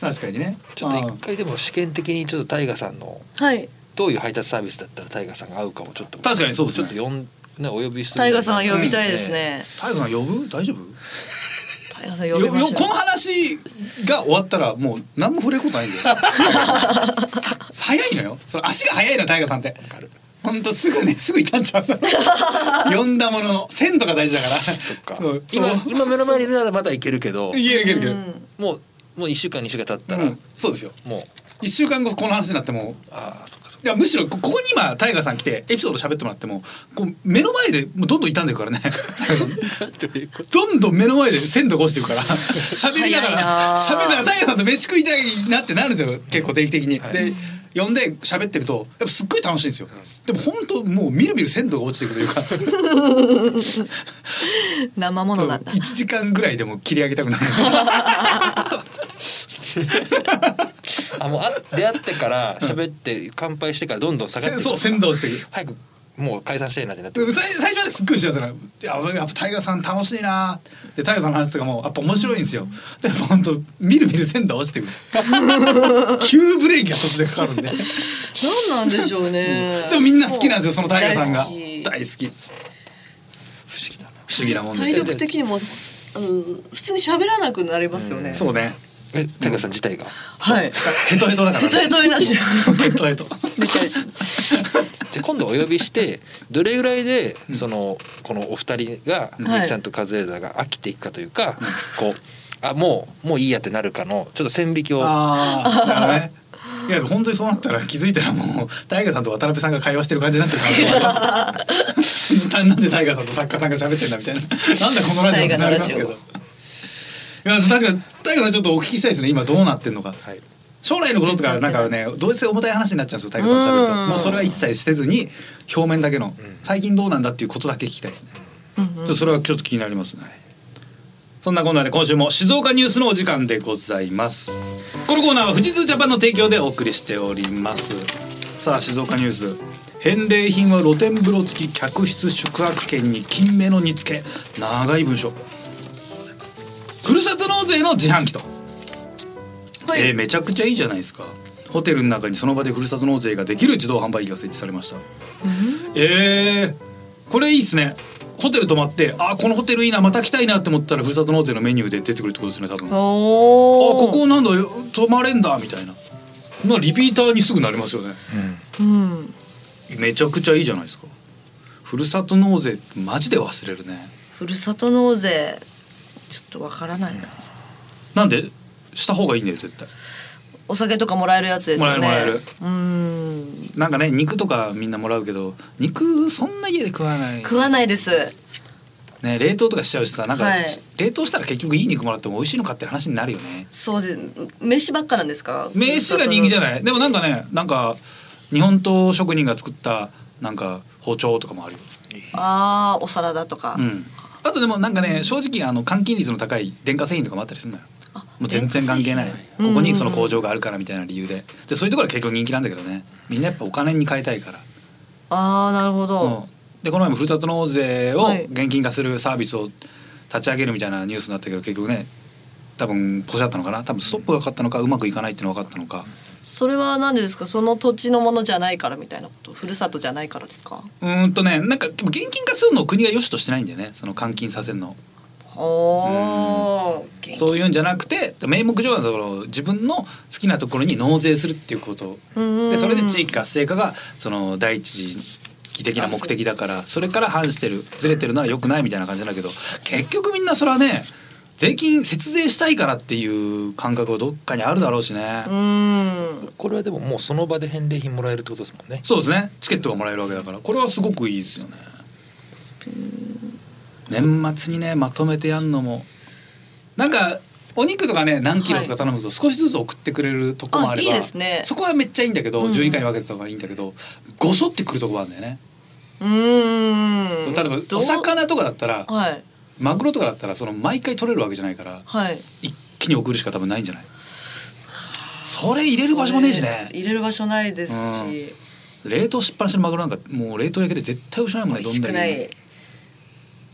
確かにね。
ちょっと
う
一
ん
回でも試験的にちょっとタイガさんの
はい
どういう配達サービスだったらタイガさんが合うかをちょっと
確かにそうですね
ちょっと呼んねお呼びして
タイガさん呼びたいですね、
タイガさん呼ぶ？大丈夫？
タイガさん
よ
呼び
よこ
ましょう
の話が終わったらもう何も触れることないんだ よ早いのよその足が早いの大ガさんってほんとすぐねすぐ傷んじ ゃう呼んだものの線とか大事だからそっ
か
うそう
今今目の前にいるならまだいけるけど
言える言える言える
うん
もうもう1週間2週間経ったら、
うん
そうですよ
もう
1週間後この話になっても
ああそっかそっか
いやむしろこここに今タイガーさん来てエピソード喋ってもらってもこう目の前でもうどんどん傷んでいくからねどんどん目の前で鮮度越していくから 喋りながら
早いなあ
喋りながらタイガーさんと飯食いたいなってなるんですよ結構定期的に。で呼んで喋ってるとやっぱすっごい楽しいんですよ。でも本当もうみるみる鮮度が落ちていくというか
生ものなんだ
1時間ぐらいでも切り上げたくなる。
あもうあ出会ってから喋って乾杯してからどんどん下 がっていく
そう鮮度落ちていく。
早くもう解散したいなってなって
でも最最初まですっごい幸せなのいややっぱタイガーさん楽しいなでタイガーさんの話とかもやっぱ面白いんですよでも本当みるみる鮮度落ちてくるんですよ 急ブレーキが途中でかかるんで
何なんでしょうね
でもみんな好きなんですよそのタイガーさんが
大好き
大好き
不思議だな
不思議なもんで
体
すよ
力的にも、うん、普通に喋らなくなりますよね、
そうね
えタイガーさん自体が
はい
ヘトヘトだから、ね、
ヘトヘトになっちゃう
ヘ トヘト
めちゃいし
じゃあ今度お呼びしてどれぐらいでそのこのお二人が
ん
みゆきさんとカズレーザーが飽きていくかというかこうあもうもういいやってなるかのちょっと線引きを
ああだからねいや本当にそうなったら気づいたらもうタイガーさんと渡辺さんが会話してる感じになってるから なんでタイガーさんと作家さんが喋ってんだみたいななんだこのラジオってなりますけどい
タ
や確かにタイガーさんちょっとお聞きしたいですね今どうなってんのか
はい
将来のこととかなんかねどうせ重たい話になっちゃうんですよタイガーさんと喋る
う
と
ん
もうそれは一切せずに表面だけの最近どうなんだっていうことだけ聞きたいですね
うん
ちょっとそれはちょっと気になりますね。そんなこんなで今週も静岡ニュースのお時間でございます。このコーナーは富士通ジャパンの提供でお送りしております。さあ静岡ニュース。返礼品は露天風呂付き客室宿泊券に金目の煮付け長い文章ふるさと納税の自販機と、
はい
えーめちゃくちゃいいじゃないですかホテルの中にその場でふるさと納税ができる自動販売機が設置されましたえー、これいいっすねホテル泊まってあこのホテルいいなまた来たいなって思ったらふるさと納税のメニューで出てくるってことですね多分あ
おお
ここなんだよ泊まれんだみたいななリピーターにすぐなりますよね
うん
めちゃくちゃいいじゃないですかふるさと納税ってマジで忘れるね
ふるさと納税ちょっとわからないな
なんでした方がいいんだよ絶対
お酒とかもらえるやつですよね
もらえるもらえる
うん
なんかね肉とかみんなもらうけど肉そんな家で食わない
食わないです
ね冷凍とかしちゃうしさなんか、
はい
冷凍したら結局いい肉もらっても美味しいのかって話になるよね
そうで飯ばっかなんですか
飯が人気じゃ
い
ないでもなんかねなんか日本刀職人が作ったなんか包丁とかもあるよ、
ああお皿だとか、
うん、あとでもなんかね正直あの換金率の高い電化製品とかもあったりするのよ
あ
もう全然関係ないこ
うん
こにその工場があるからみたいな理由ででそういうところは結構人気なんだけどねみんなやっぱお金に変えたいから
ああなるほど、
うんでこの前もふるさと納税を
はい
現金化するサービスを立ち上げるみたいなニュースになったけど結局ね多分こしゃったのかな多分ストップがかかったのかうまくいかないっていうのが分かったのか
それは何でですかその土地のものじゃないからみたいなことふるさとじゃないからですか
うーんとねなんかでも現金化するのを国が良しとしてないんだよねその換金させるの
おー
そういうんんじゃなくて名目上はその自分の好きなところに納税するっていうこと
うん
でそれで地域活性化がその第一義的な目的だからそれから反してるずれてるのは良くないみたいな感じなんだけど結局みんなそれはね税金節税したいからっていう感覚はどっかにあるだろうしね
う。ん
これはでももうその場で返礼品もらえるってことですもんね
そうですねチケットがもらえるわけだからこれはすごくいいですよね年末にねまとめてやんのもなんかお肉とかね何キロとか頼むと少しずつ送ってくれるとこもあれば、
あいいですね
そこはめっちゃいいんだけど、
うん
10以下に分けてた方がいいんだけどごそってくるとこもあるんだよね、
うん
例えば
どう
お魚とかだったら
はい
マグロとかだったらその毎回取れるわけじゃないから
はい
一気に送るしか多分ないんじゃないそれ入れる場所もねえし
そ
ね
れ入れる場所ないですし、
冷凍しっぱなしのマグロなんかもう冷凍焼けで絶対失うもんね
美
ど
味
ん
し
だ
く
け
ない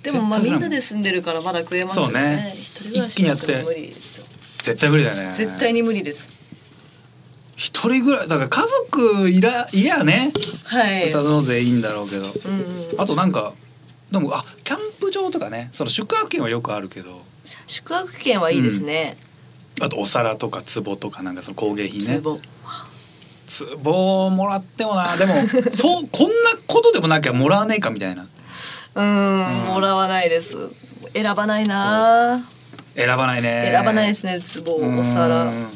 でもまあ
絶対無
み
理だもん
んなで住んでるからまだ食えますよ
そうね
ね一人暮らしなんて無理ですよ
絶対無理だよね
絶対に無理です
一人ぐらいだから家族いらいやね
はい
歌納税いいんだろうけど
うんうん
あとなんかでもあキャンプ場とかねその宿泊券はよくあるけど
宿泊券はいいですね、
あとお皿とか壺とかなんかその工芸品ね
壺
壺をもらってもなで もそうこんなことでもなきゃもらわねえかみたいな
うん、もらわないです選ばないな
選ばないね
選ばないですね壺お皿
うん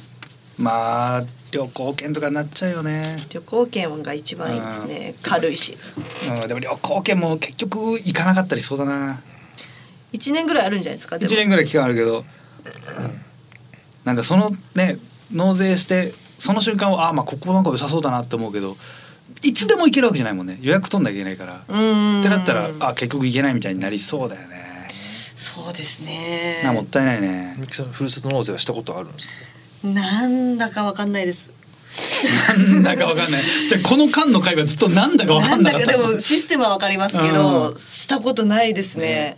まあ旅行券とかになっちゃうよね、
旅行券が一番いいですね軽いし
うん、でも旅行券も結局行かなかったりしそうだな
一年ぐらいあるんじゃないですかで
1
も
年ぐらい期間あるけどなんかそのね納税してその瞬間はあまあここなんか良さそうだなって思うけどいつでも行けるわけじゃないもんね予約取んなきゃいけないから
うーん
ってなったらあ結局行けないみたいになりそうだよね
そうですね
なもったいないね
みゆきさんふるさと納税はしたことあるんですか
なんだかわかんないです
なんだかわかんないじゃあこの間の会話ずっとなんだかわかんなかっ
で
た
もシステムはわかりますけど、
うん
したことないですね、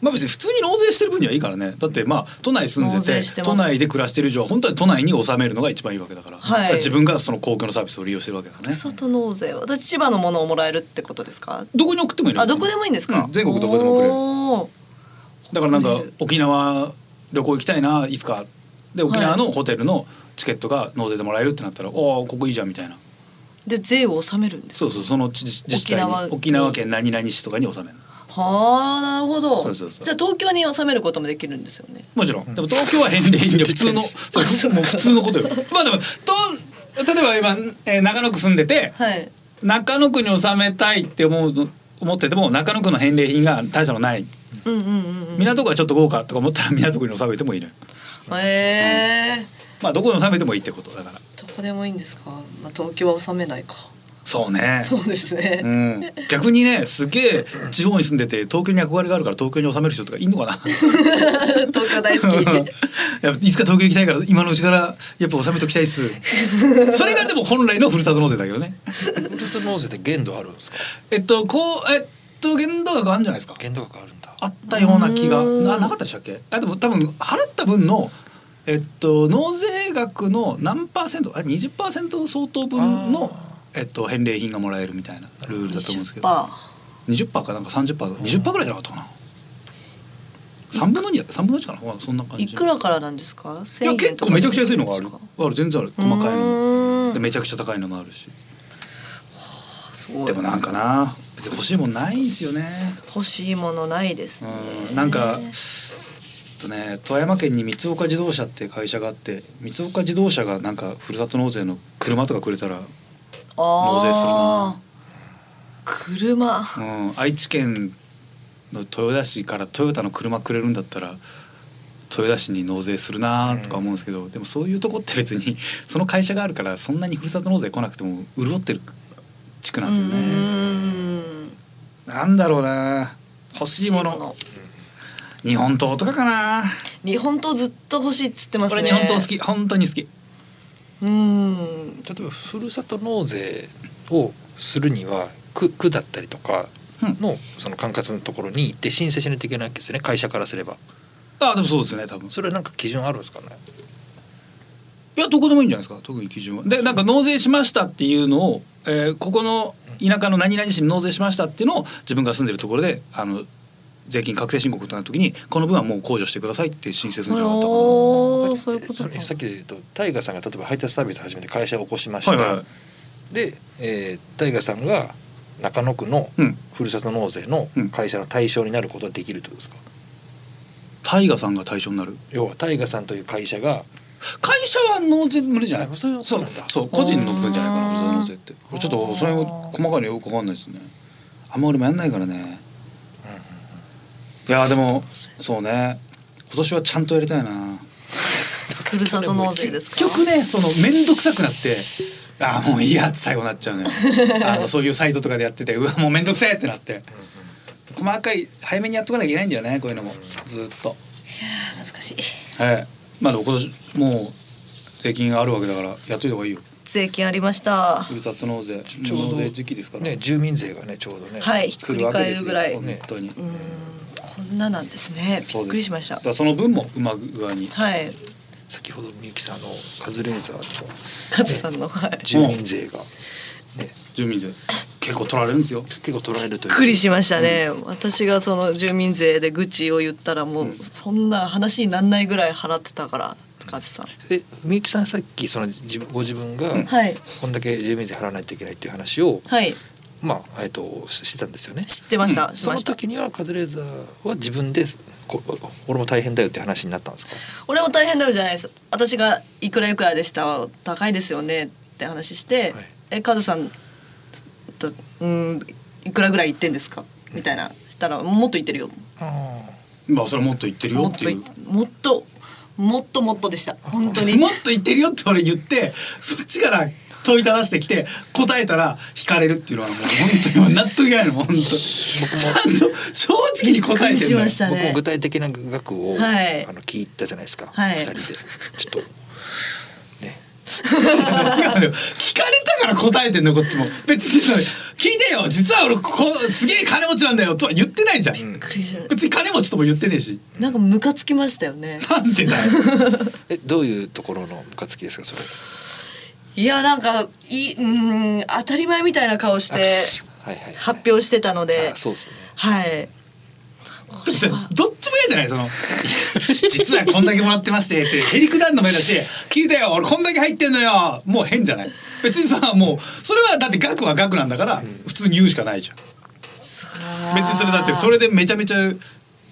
まあ別に普通に納税してる分にはいいからねだってまあ都内住んで
納
て
税してます
都内で暮らしてる以上は本当は都内に納めるのが一番いいわけだから,、
はい
自分がその公共のサービスを利用してるわけだ
ふ
ね
るさと納税は私千葉のものをもらえるってことですか
どこに送ってもいいの
あどこでもいいんですか、
うん全国どこでも送れる
おー
だからなんか沖縄旅行行きたいないつかで沖縄のホテルのチケットが納税でもらえるってなったら、おおここいいじゃんみたいな
で税を納めるんです
そ
か
うそうその自治自治体に
沖
沖
縄
縄
に
県何々市とかに納めるの
はあなるほど
そうそうそう
じゃあ東京に納めることもできるんですよね
もちろんでも東京は返礼品で普通 のそうもう普通のことよまあでもと例えば今、えー中野区住んでて
はい
中野区に納めたいって思うの思ってても中野区の返礼品が大したのない
うんうんうんうん
港区はちょっと豪華とか思ったら港区に納めてもいいのよ
ええ
まあどこに納めてもいいってことだから
ー、どこでもいいんですか、まあ、東京は納めないか
そうね
そうですね、
うん、逆にねすげえ地方に住んでて東京に憧れがあるから東京に収める人とかいんのか な
東京大 好きで
やっぱいつか東京行きたいから今のうちからやっぱ収めときたいっすそれがでも本来のふるさと納税だけどね
ふるさと納税って限度あるんですか
えっとこうえっと限度額あるんじゃないですか
限度額あるんだ
あったような気が
うん
ななかったでしたっけあでも多分払った分のえっと納税額の何パーセントあ20%相当分のえっと返礼品がもらえるみたいなルールだと思うんですけど
20%
20%かなんか30%か20%ぐらいじゃなかったかな3分の2だっけ3分の1かなそんな感じ
いくらからなんですか1000
いや
円
結
と
構
か
めちゃくちゃ安いのがある
ですか
ある全然ある細かいの
うーん
でめちゃくちゃ高いのもあるし
すごい
でもなんかな別に欲しいもんないんすよね
欲しいものないですね
うんなんかえっとね富山県に三岡自動車って会社があって三岡自動車がなんかふるさと納税の車とかくれたら、納税する
あ
な
ー車
うん、愛知県の豊田市からトヨタの車くれるんだったら豊田市に納税するなとか思うんですけど、でもそういうとこって別にその会社があるからそんなにふるさと納税来なくても潤ってる地区なんですよ
う
ね。
ーん
なんだろうな欲しいもの日本刀とかかな、
日本刀ずっと欲しいっつってますね
俺日本刀好き本当に好き
うーん
例えばふるさと納税をするには区区だったりとかのその管轄のところに行って申請しないといけないわけですよね会社からすれば
あでもそうですね多分
それはなんか基準あるんですかね
いやどこでもいいんじゃないですか特に基準は。でなんか納税しましたっていうのを、えーここの田舎の何々市に納税しましたっていうのを自分が住んでるところであの税金確定申告となるときにこの分はもう控除してくださいって申請するんじゃなかったかな。
おーそういうこと
そ
か
のさっきで言うとタイガーさんが例えば配達サービス始めて会社を起こしました、
はいはいはい
で、えータイガーさんが中野区の
うん
ふるさと納税の会社の対象になることはできるってことですか、
タイガさんが対象になる。
要はタイガーさんという会社が
会社は納税無理じゃない
あ。そういうことなんだ
そう個人の分じゃないかなふるさと納税って。これちょっとそれも細かいのよくわかんないですね。あんま俺もやんないからね。いやでもそうね今年はちゃんとやりたいな。
ふるさと納税ですか
結局ねその面倒くさくなってああもういいやって最後なっちゃうのよ あのそういうサイトとかでやっててうわもう面倒くせえってなって細かい早めにやっとかなきゃいけないんだよねこういうのもずーっと
難しい
はいまあでも今年もう税金があるわけだからやっといた方がいいよ
税金ありました
ふるさと納税
ちょうど
納税時期ですから
ね住民税がねちょうどね、
はいひっくり返るぐら
来
い
るわけですよ
う
本当に
ーんこんななんですねびっくりしました
だからその分もうま具合に
はい
先ほどみゆきさんのカズレーザーの
カズさんのはい
住民税が
住民税結構取られるんですよ
結構取られると
び
いう
っくりしましたね、私がその住民税で愚痴を言ったらもうそんな話になんないぐらい払ってたからカズさん
えみゆきさんさっきその自分ご自分が
はい
こんだけ住民税払わないといけないっていう話を
はい
まあえっとししてたんですよね。
知ってました、知って
そ
ま
の
した
時にはカズレーザーは自分でこ俺も大変だよって話になったんですか。
俺も大変だよじゃないです私がいくらいくらでした高いですよねって話して、
はい
えカズさんだうんいくらぐらい言ってんですかみたいなしたらもっと言ってるよ
まあそれはもっと言ってるよ
も
っ
っと
ていう
言ってもっともっともっとでした本当に
もっと言ってるよって俺言ってそっちから問いただしてきて答えたら惹かれるっていうのはもう本当に納得いかないのもう本当ちゃんと正直に答え
びっく
てる
りし
の
ま
よ
した
僕も
ね
具体的な額を、
はい
あの聞いたじゃないですか。
はい
二人でちょっとね。
違うのよ聞かれたから答えてんのこっちも別にそれ聞いてよ実は俺こうすげえ金持ちなんだよとは言ってないじゃん、
びっくりしまし
別に金持ちとも言ってねえした
なんかムカつきましたよ ね
なんでだよ
えどういうところのムカつきですかそれ。
いやなんかいうん当たり前みたいな顔して
はいはいはい、
発表してたので
あそうですね。
はい
どっちも嫌じゃないその 実はこんだけもらってましてってへりくだんのも嫌だし聞いたよ俺こんだけ入ってんのよもう変じゃない別にさもうそれはだって額は額なんだから普通に言うしかないじゃん別にそれだってそれでめちゃめちゃ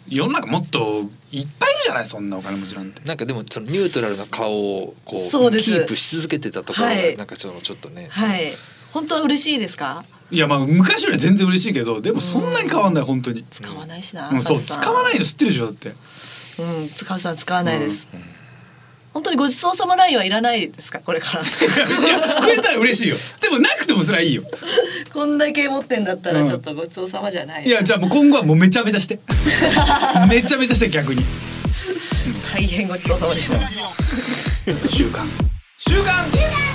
世の中もっといっぱいいるじゃないそんなお金持ちなんて
なんかでもそのニュートラルな顔をこう
そうです
キープし続けてたところが
はい
なんかちょっとちょっとね、
はい本当は嬉しいですか
いやまあ昔よりは全然嬉しいけどでもそんなに変わんない本当に
使わないしな、
うんそう
カズさん
使わないの知ってるでしょだって
うん、使うさん使わないです。本当にごちそうさまラインはいらないですかこれから。
い や別に増えたら嬉しいよでもなくてもそれはいいよ
こんだけ持ってんだった
う
ら
ん
ちょっとごちそうさまじゃない。
いやじゃあもう今後はもうめちゃめちゃして めちゃめちゃして逆に
大変ごちそうさまでした。
週刊
週刊し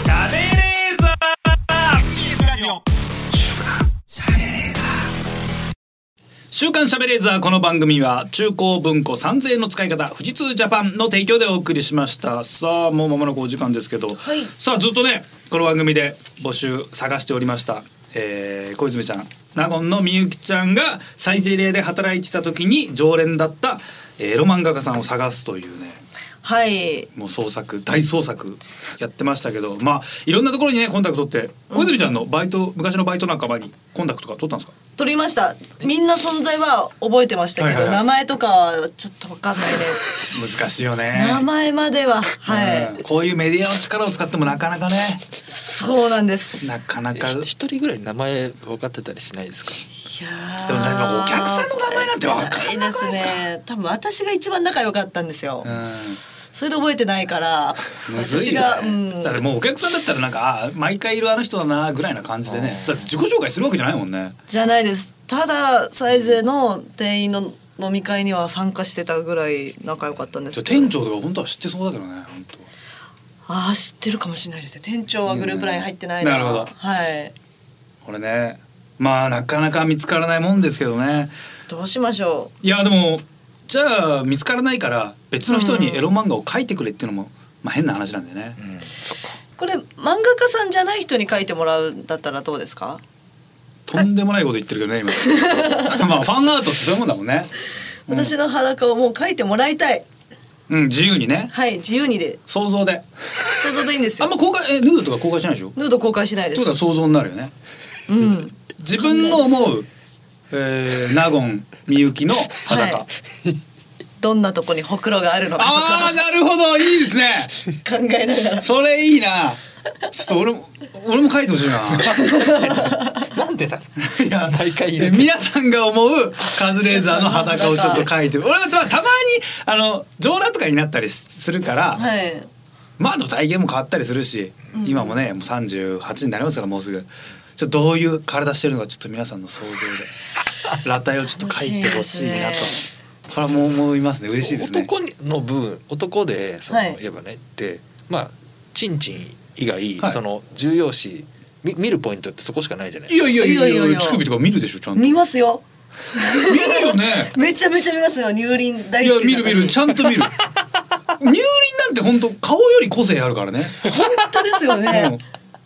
ゃべれーザー週刊しゃべれーザーこの番組は中高文庫三千円の使い方富士通ジャパンの提供でお送りしましたさあもう間もなくお時間ですけど、
はい
さあずっとねこの番組で募集探しておりました、えー、小泉ちゃん納言のみゆきちゃんがサイゼリヤで働いてた時に常連だった、えー、ロマン画家さんを探すというね
はい。
もう創作大創作やってましたけどまあいろんなところにねコンタクト取って小泉ちゃんのバイト、昔のバイト仲間にコンタクトとか取ったんですか
取りました。みんな存在は覚えてましたけど、
はいはいはい
名前とかはちょっとわかんないね。
難しいよね
名前までははい。
こういうメディアの力を使ってもなかなかね
そうなんです。い
なかな
え
かで
ひ
も
一人ぐらい名前分かってたりしないですか
や
でもなんかお客さんの名前なんてわか
んないですね。多分私が一番仲良かったんですよ。
う
それで覚えてないから、
んむずい
私
よ
が、う
ね
ん
だっ。てもうお客さんだったらなんかあ毎回いるあの人だなぐらいな感じでねだって自己紹介するわけじゃないもんね
じゃないですただサイゼの店員の飲み会には参加してたぐらい仲良かったんですけど
店長とか本当は知ってそうだけどね本当
ああ知ってるかもしれないですね店長はグループライン入ってない
なるほど
はい
これねまあなかなか見つからないもんですけどね
どうしましょ
いやでもじゃあ見つからないから別の人にエロ漫画を描いてくれっていうのも、まあ、変な話なんでね、
うこれ漫画家さんじゃない人に書いてもらうんだったらどうですか
とんでもないこと言ってるけどね今 まあファンアートってそういうもんだもんね、
私の裸をもう書いてもらいたい
うん、自由にね
はい自由にで
想像で
それでいいんです
あ
よ
んま公開えヌードとか公開しないでしょって
ヌード公開しないで
ことは
す
想像になるよね
うん
自分の思う、えー、納言みゆきの裸、
はいどんなとこにほくろがあるのか
ああなるほどいいですね
とか考えながら
それいいなちょっと俺も俺も書いてほしいな
なんでだ
いや
毎回言うけど
皆さんが思うカズレーザーの裸をちょっと書いて俺はたたまにあの上裸とかになったりするから、
はい
まあでも体型も変わったりするし、今もねもう38になりますからもうすぐちょっとどういう体してるのかちょっと皆さんの想像で 裸体をちょっと書いてほしいな
楽しいです
とこれはもう思いますね嬉しいですね。
男の部分男でその、
はい
言えばねってまあチンチン以外、
はい
その重要視み見るポイントってそこしかないじゃない
いやいやいや
いやいや
い
い
や
や
乳首とか見るでしょちゃんと
見ますよ
見るよね
めちゃめちゃ見ますよ乳輪大
い
好
や
き
見る見るち
ゃ
ゃんと 見る乳輪なんて本当顔より個性あるからね
本当ですよね
うん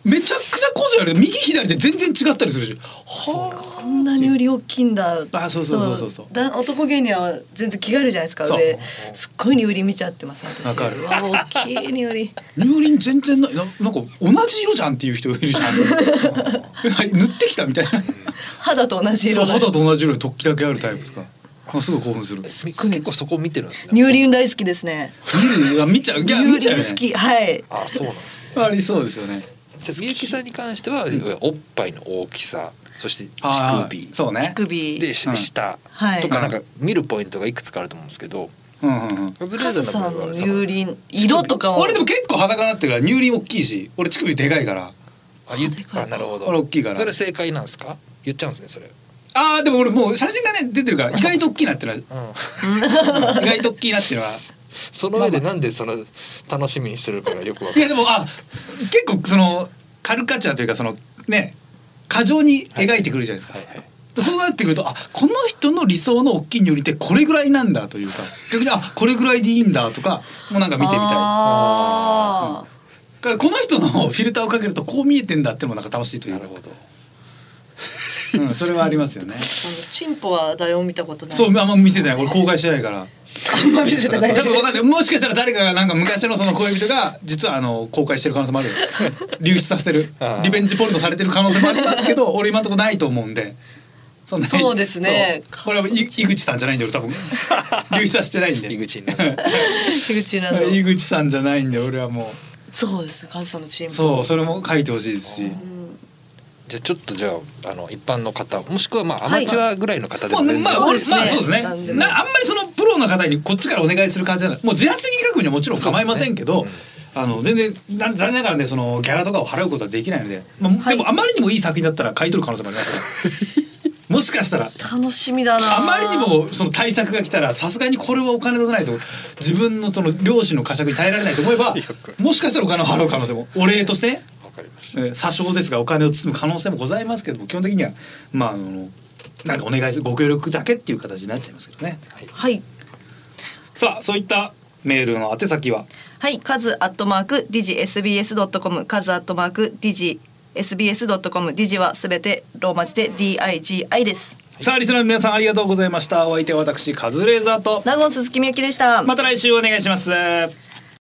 めちゃくちゃ構造やる右左で全然違ったりするしはあ
こんなに売り大きいんだ
あそうそうそうそうそう
だ男芸人は全然気があるじゃないですか
そう
上すっごいに売り見ちゃってます私
わかる
うわ大きいに売り
乳輪全然ないななんか同じ色じゃんっていう人い るじゃん塗ってきたみたいな
肌と同じ
そう
色だ
肌と同じ色の突起だけあるタイプですかあすごい興奮する
結構そこ見てるんですね。
乳輪大好きですね
見る見ちゃうい
乳
や
輪
見ちゃうよ
好
ね
きはい
あ、そうなんですね。
ありそうですよね
じゃあみゆきさんに関しては、おっぱいの大きさ、そして
あ
乳
ー
首、
そうね
乳首
でし
うん
舌
はい
とかなんか見るポイントがいくつかあると思うんですけど、
うんうんうん
カズレー
カズ
ザー
さ
の
ん
場合
の
は
乳
その
輪色とかも
俺でも結構裸になってるから乳輪大きいし俺乳首でかいから
あ言っ
でかい
あなるほど。
あれ大きいから
それ正解なんですか？言っちゃうんですねそれ。
あーでも俺もう写真がね出てるから意外と大きいなってのは
うん。
意外と大きいなっていうのは
その上でなんでその楽しみにするかがよくわ
い
か
や
る。
でもあ結構そのカルカチャーというかそのね過剰に描いてくるじゃないですか、
はいはい。
そうなってくるとあこの人の理想の大きいによりってこれぐらいなんだというか逆にあこれぐらいでいいんだとかもうなんか見てみたいだ
あー
からこの人のフィルターをかけるとこう見えてんだってのもなんか楽しいという
な
か
るほど。
うん、それはありますよね
あのチンポは誰も見たことない
そうあんま見せてない俺公
あ
開してないから
んま見せて
多
ない
分わかんないもしかしたら誰かがなんか昔のその恋人が実はあの公開してる可能性もあるよ流出させてる
あー
リベンジポルノされてる可能性もありますけど俺今のとこないと思うんでそんなに
そうですね
そうこれはい井口さんじゃないんで俺多分流出はしてないんで
入り口になる。
樋 口など
井口さんじゃないんで俺はも
そうですカズさんのチン
う
ポ
そうそれも書いてほしいですし
うん
じゃあちょっとじゃああの一般の方もしくはまあアマチュアぐらいの方で
も
も
う
全然、
まあ
そう
俺
ですね
まあそうですね
な
なん
で
あ
も
んまりそのプロの方にこっちからお願いする感じじゃないもう自発的に書くにはもちろん構いませんけど、
そうです
あの全然な残念ながらねそのギャラとかを払うことはできないので、まあ
はい
でもあまりにもいい作品だったら買い取る可能性もありますからもしかしたら
楽しみだな
あまりにもその対策が来たらさすがにこれはお金出さないと自分のその両親の呵責に耐えられないと思えばもしかしたらお金を払う可能性もお礼としてね
わかりまし
えー詐称ですがお金を包む可能性もございますけども基本的にはまああのなんかお願いするご協力だけっていう形になっちゃいますけどね。
はい
さあそういったメールの宛先は
はい、カズアットマークディジ SBS ドットコム、カズアットマークディジ SBS ドットコム、ディジはすべてローマ字で D I G I です。
さあリスナーの皆さんありがとうございましたお相手は私カズレーザーと
名古屋鈴木みゆきでした。
また来週お願いします。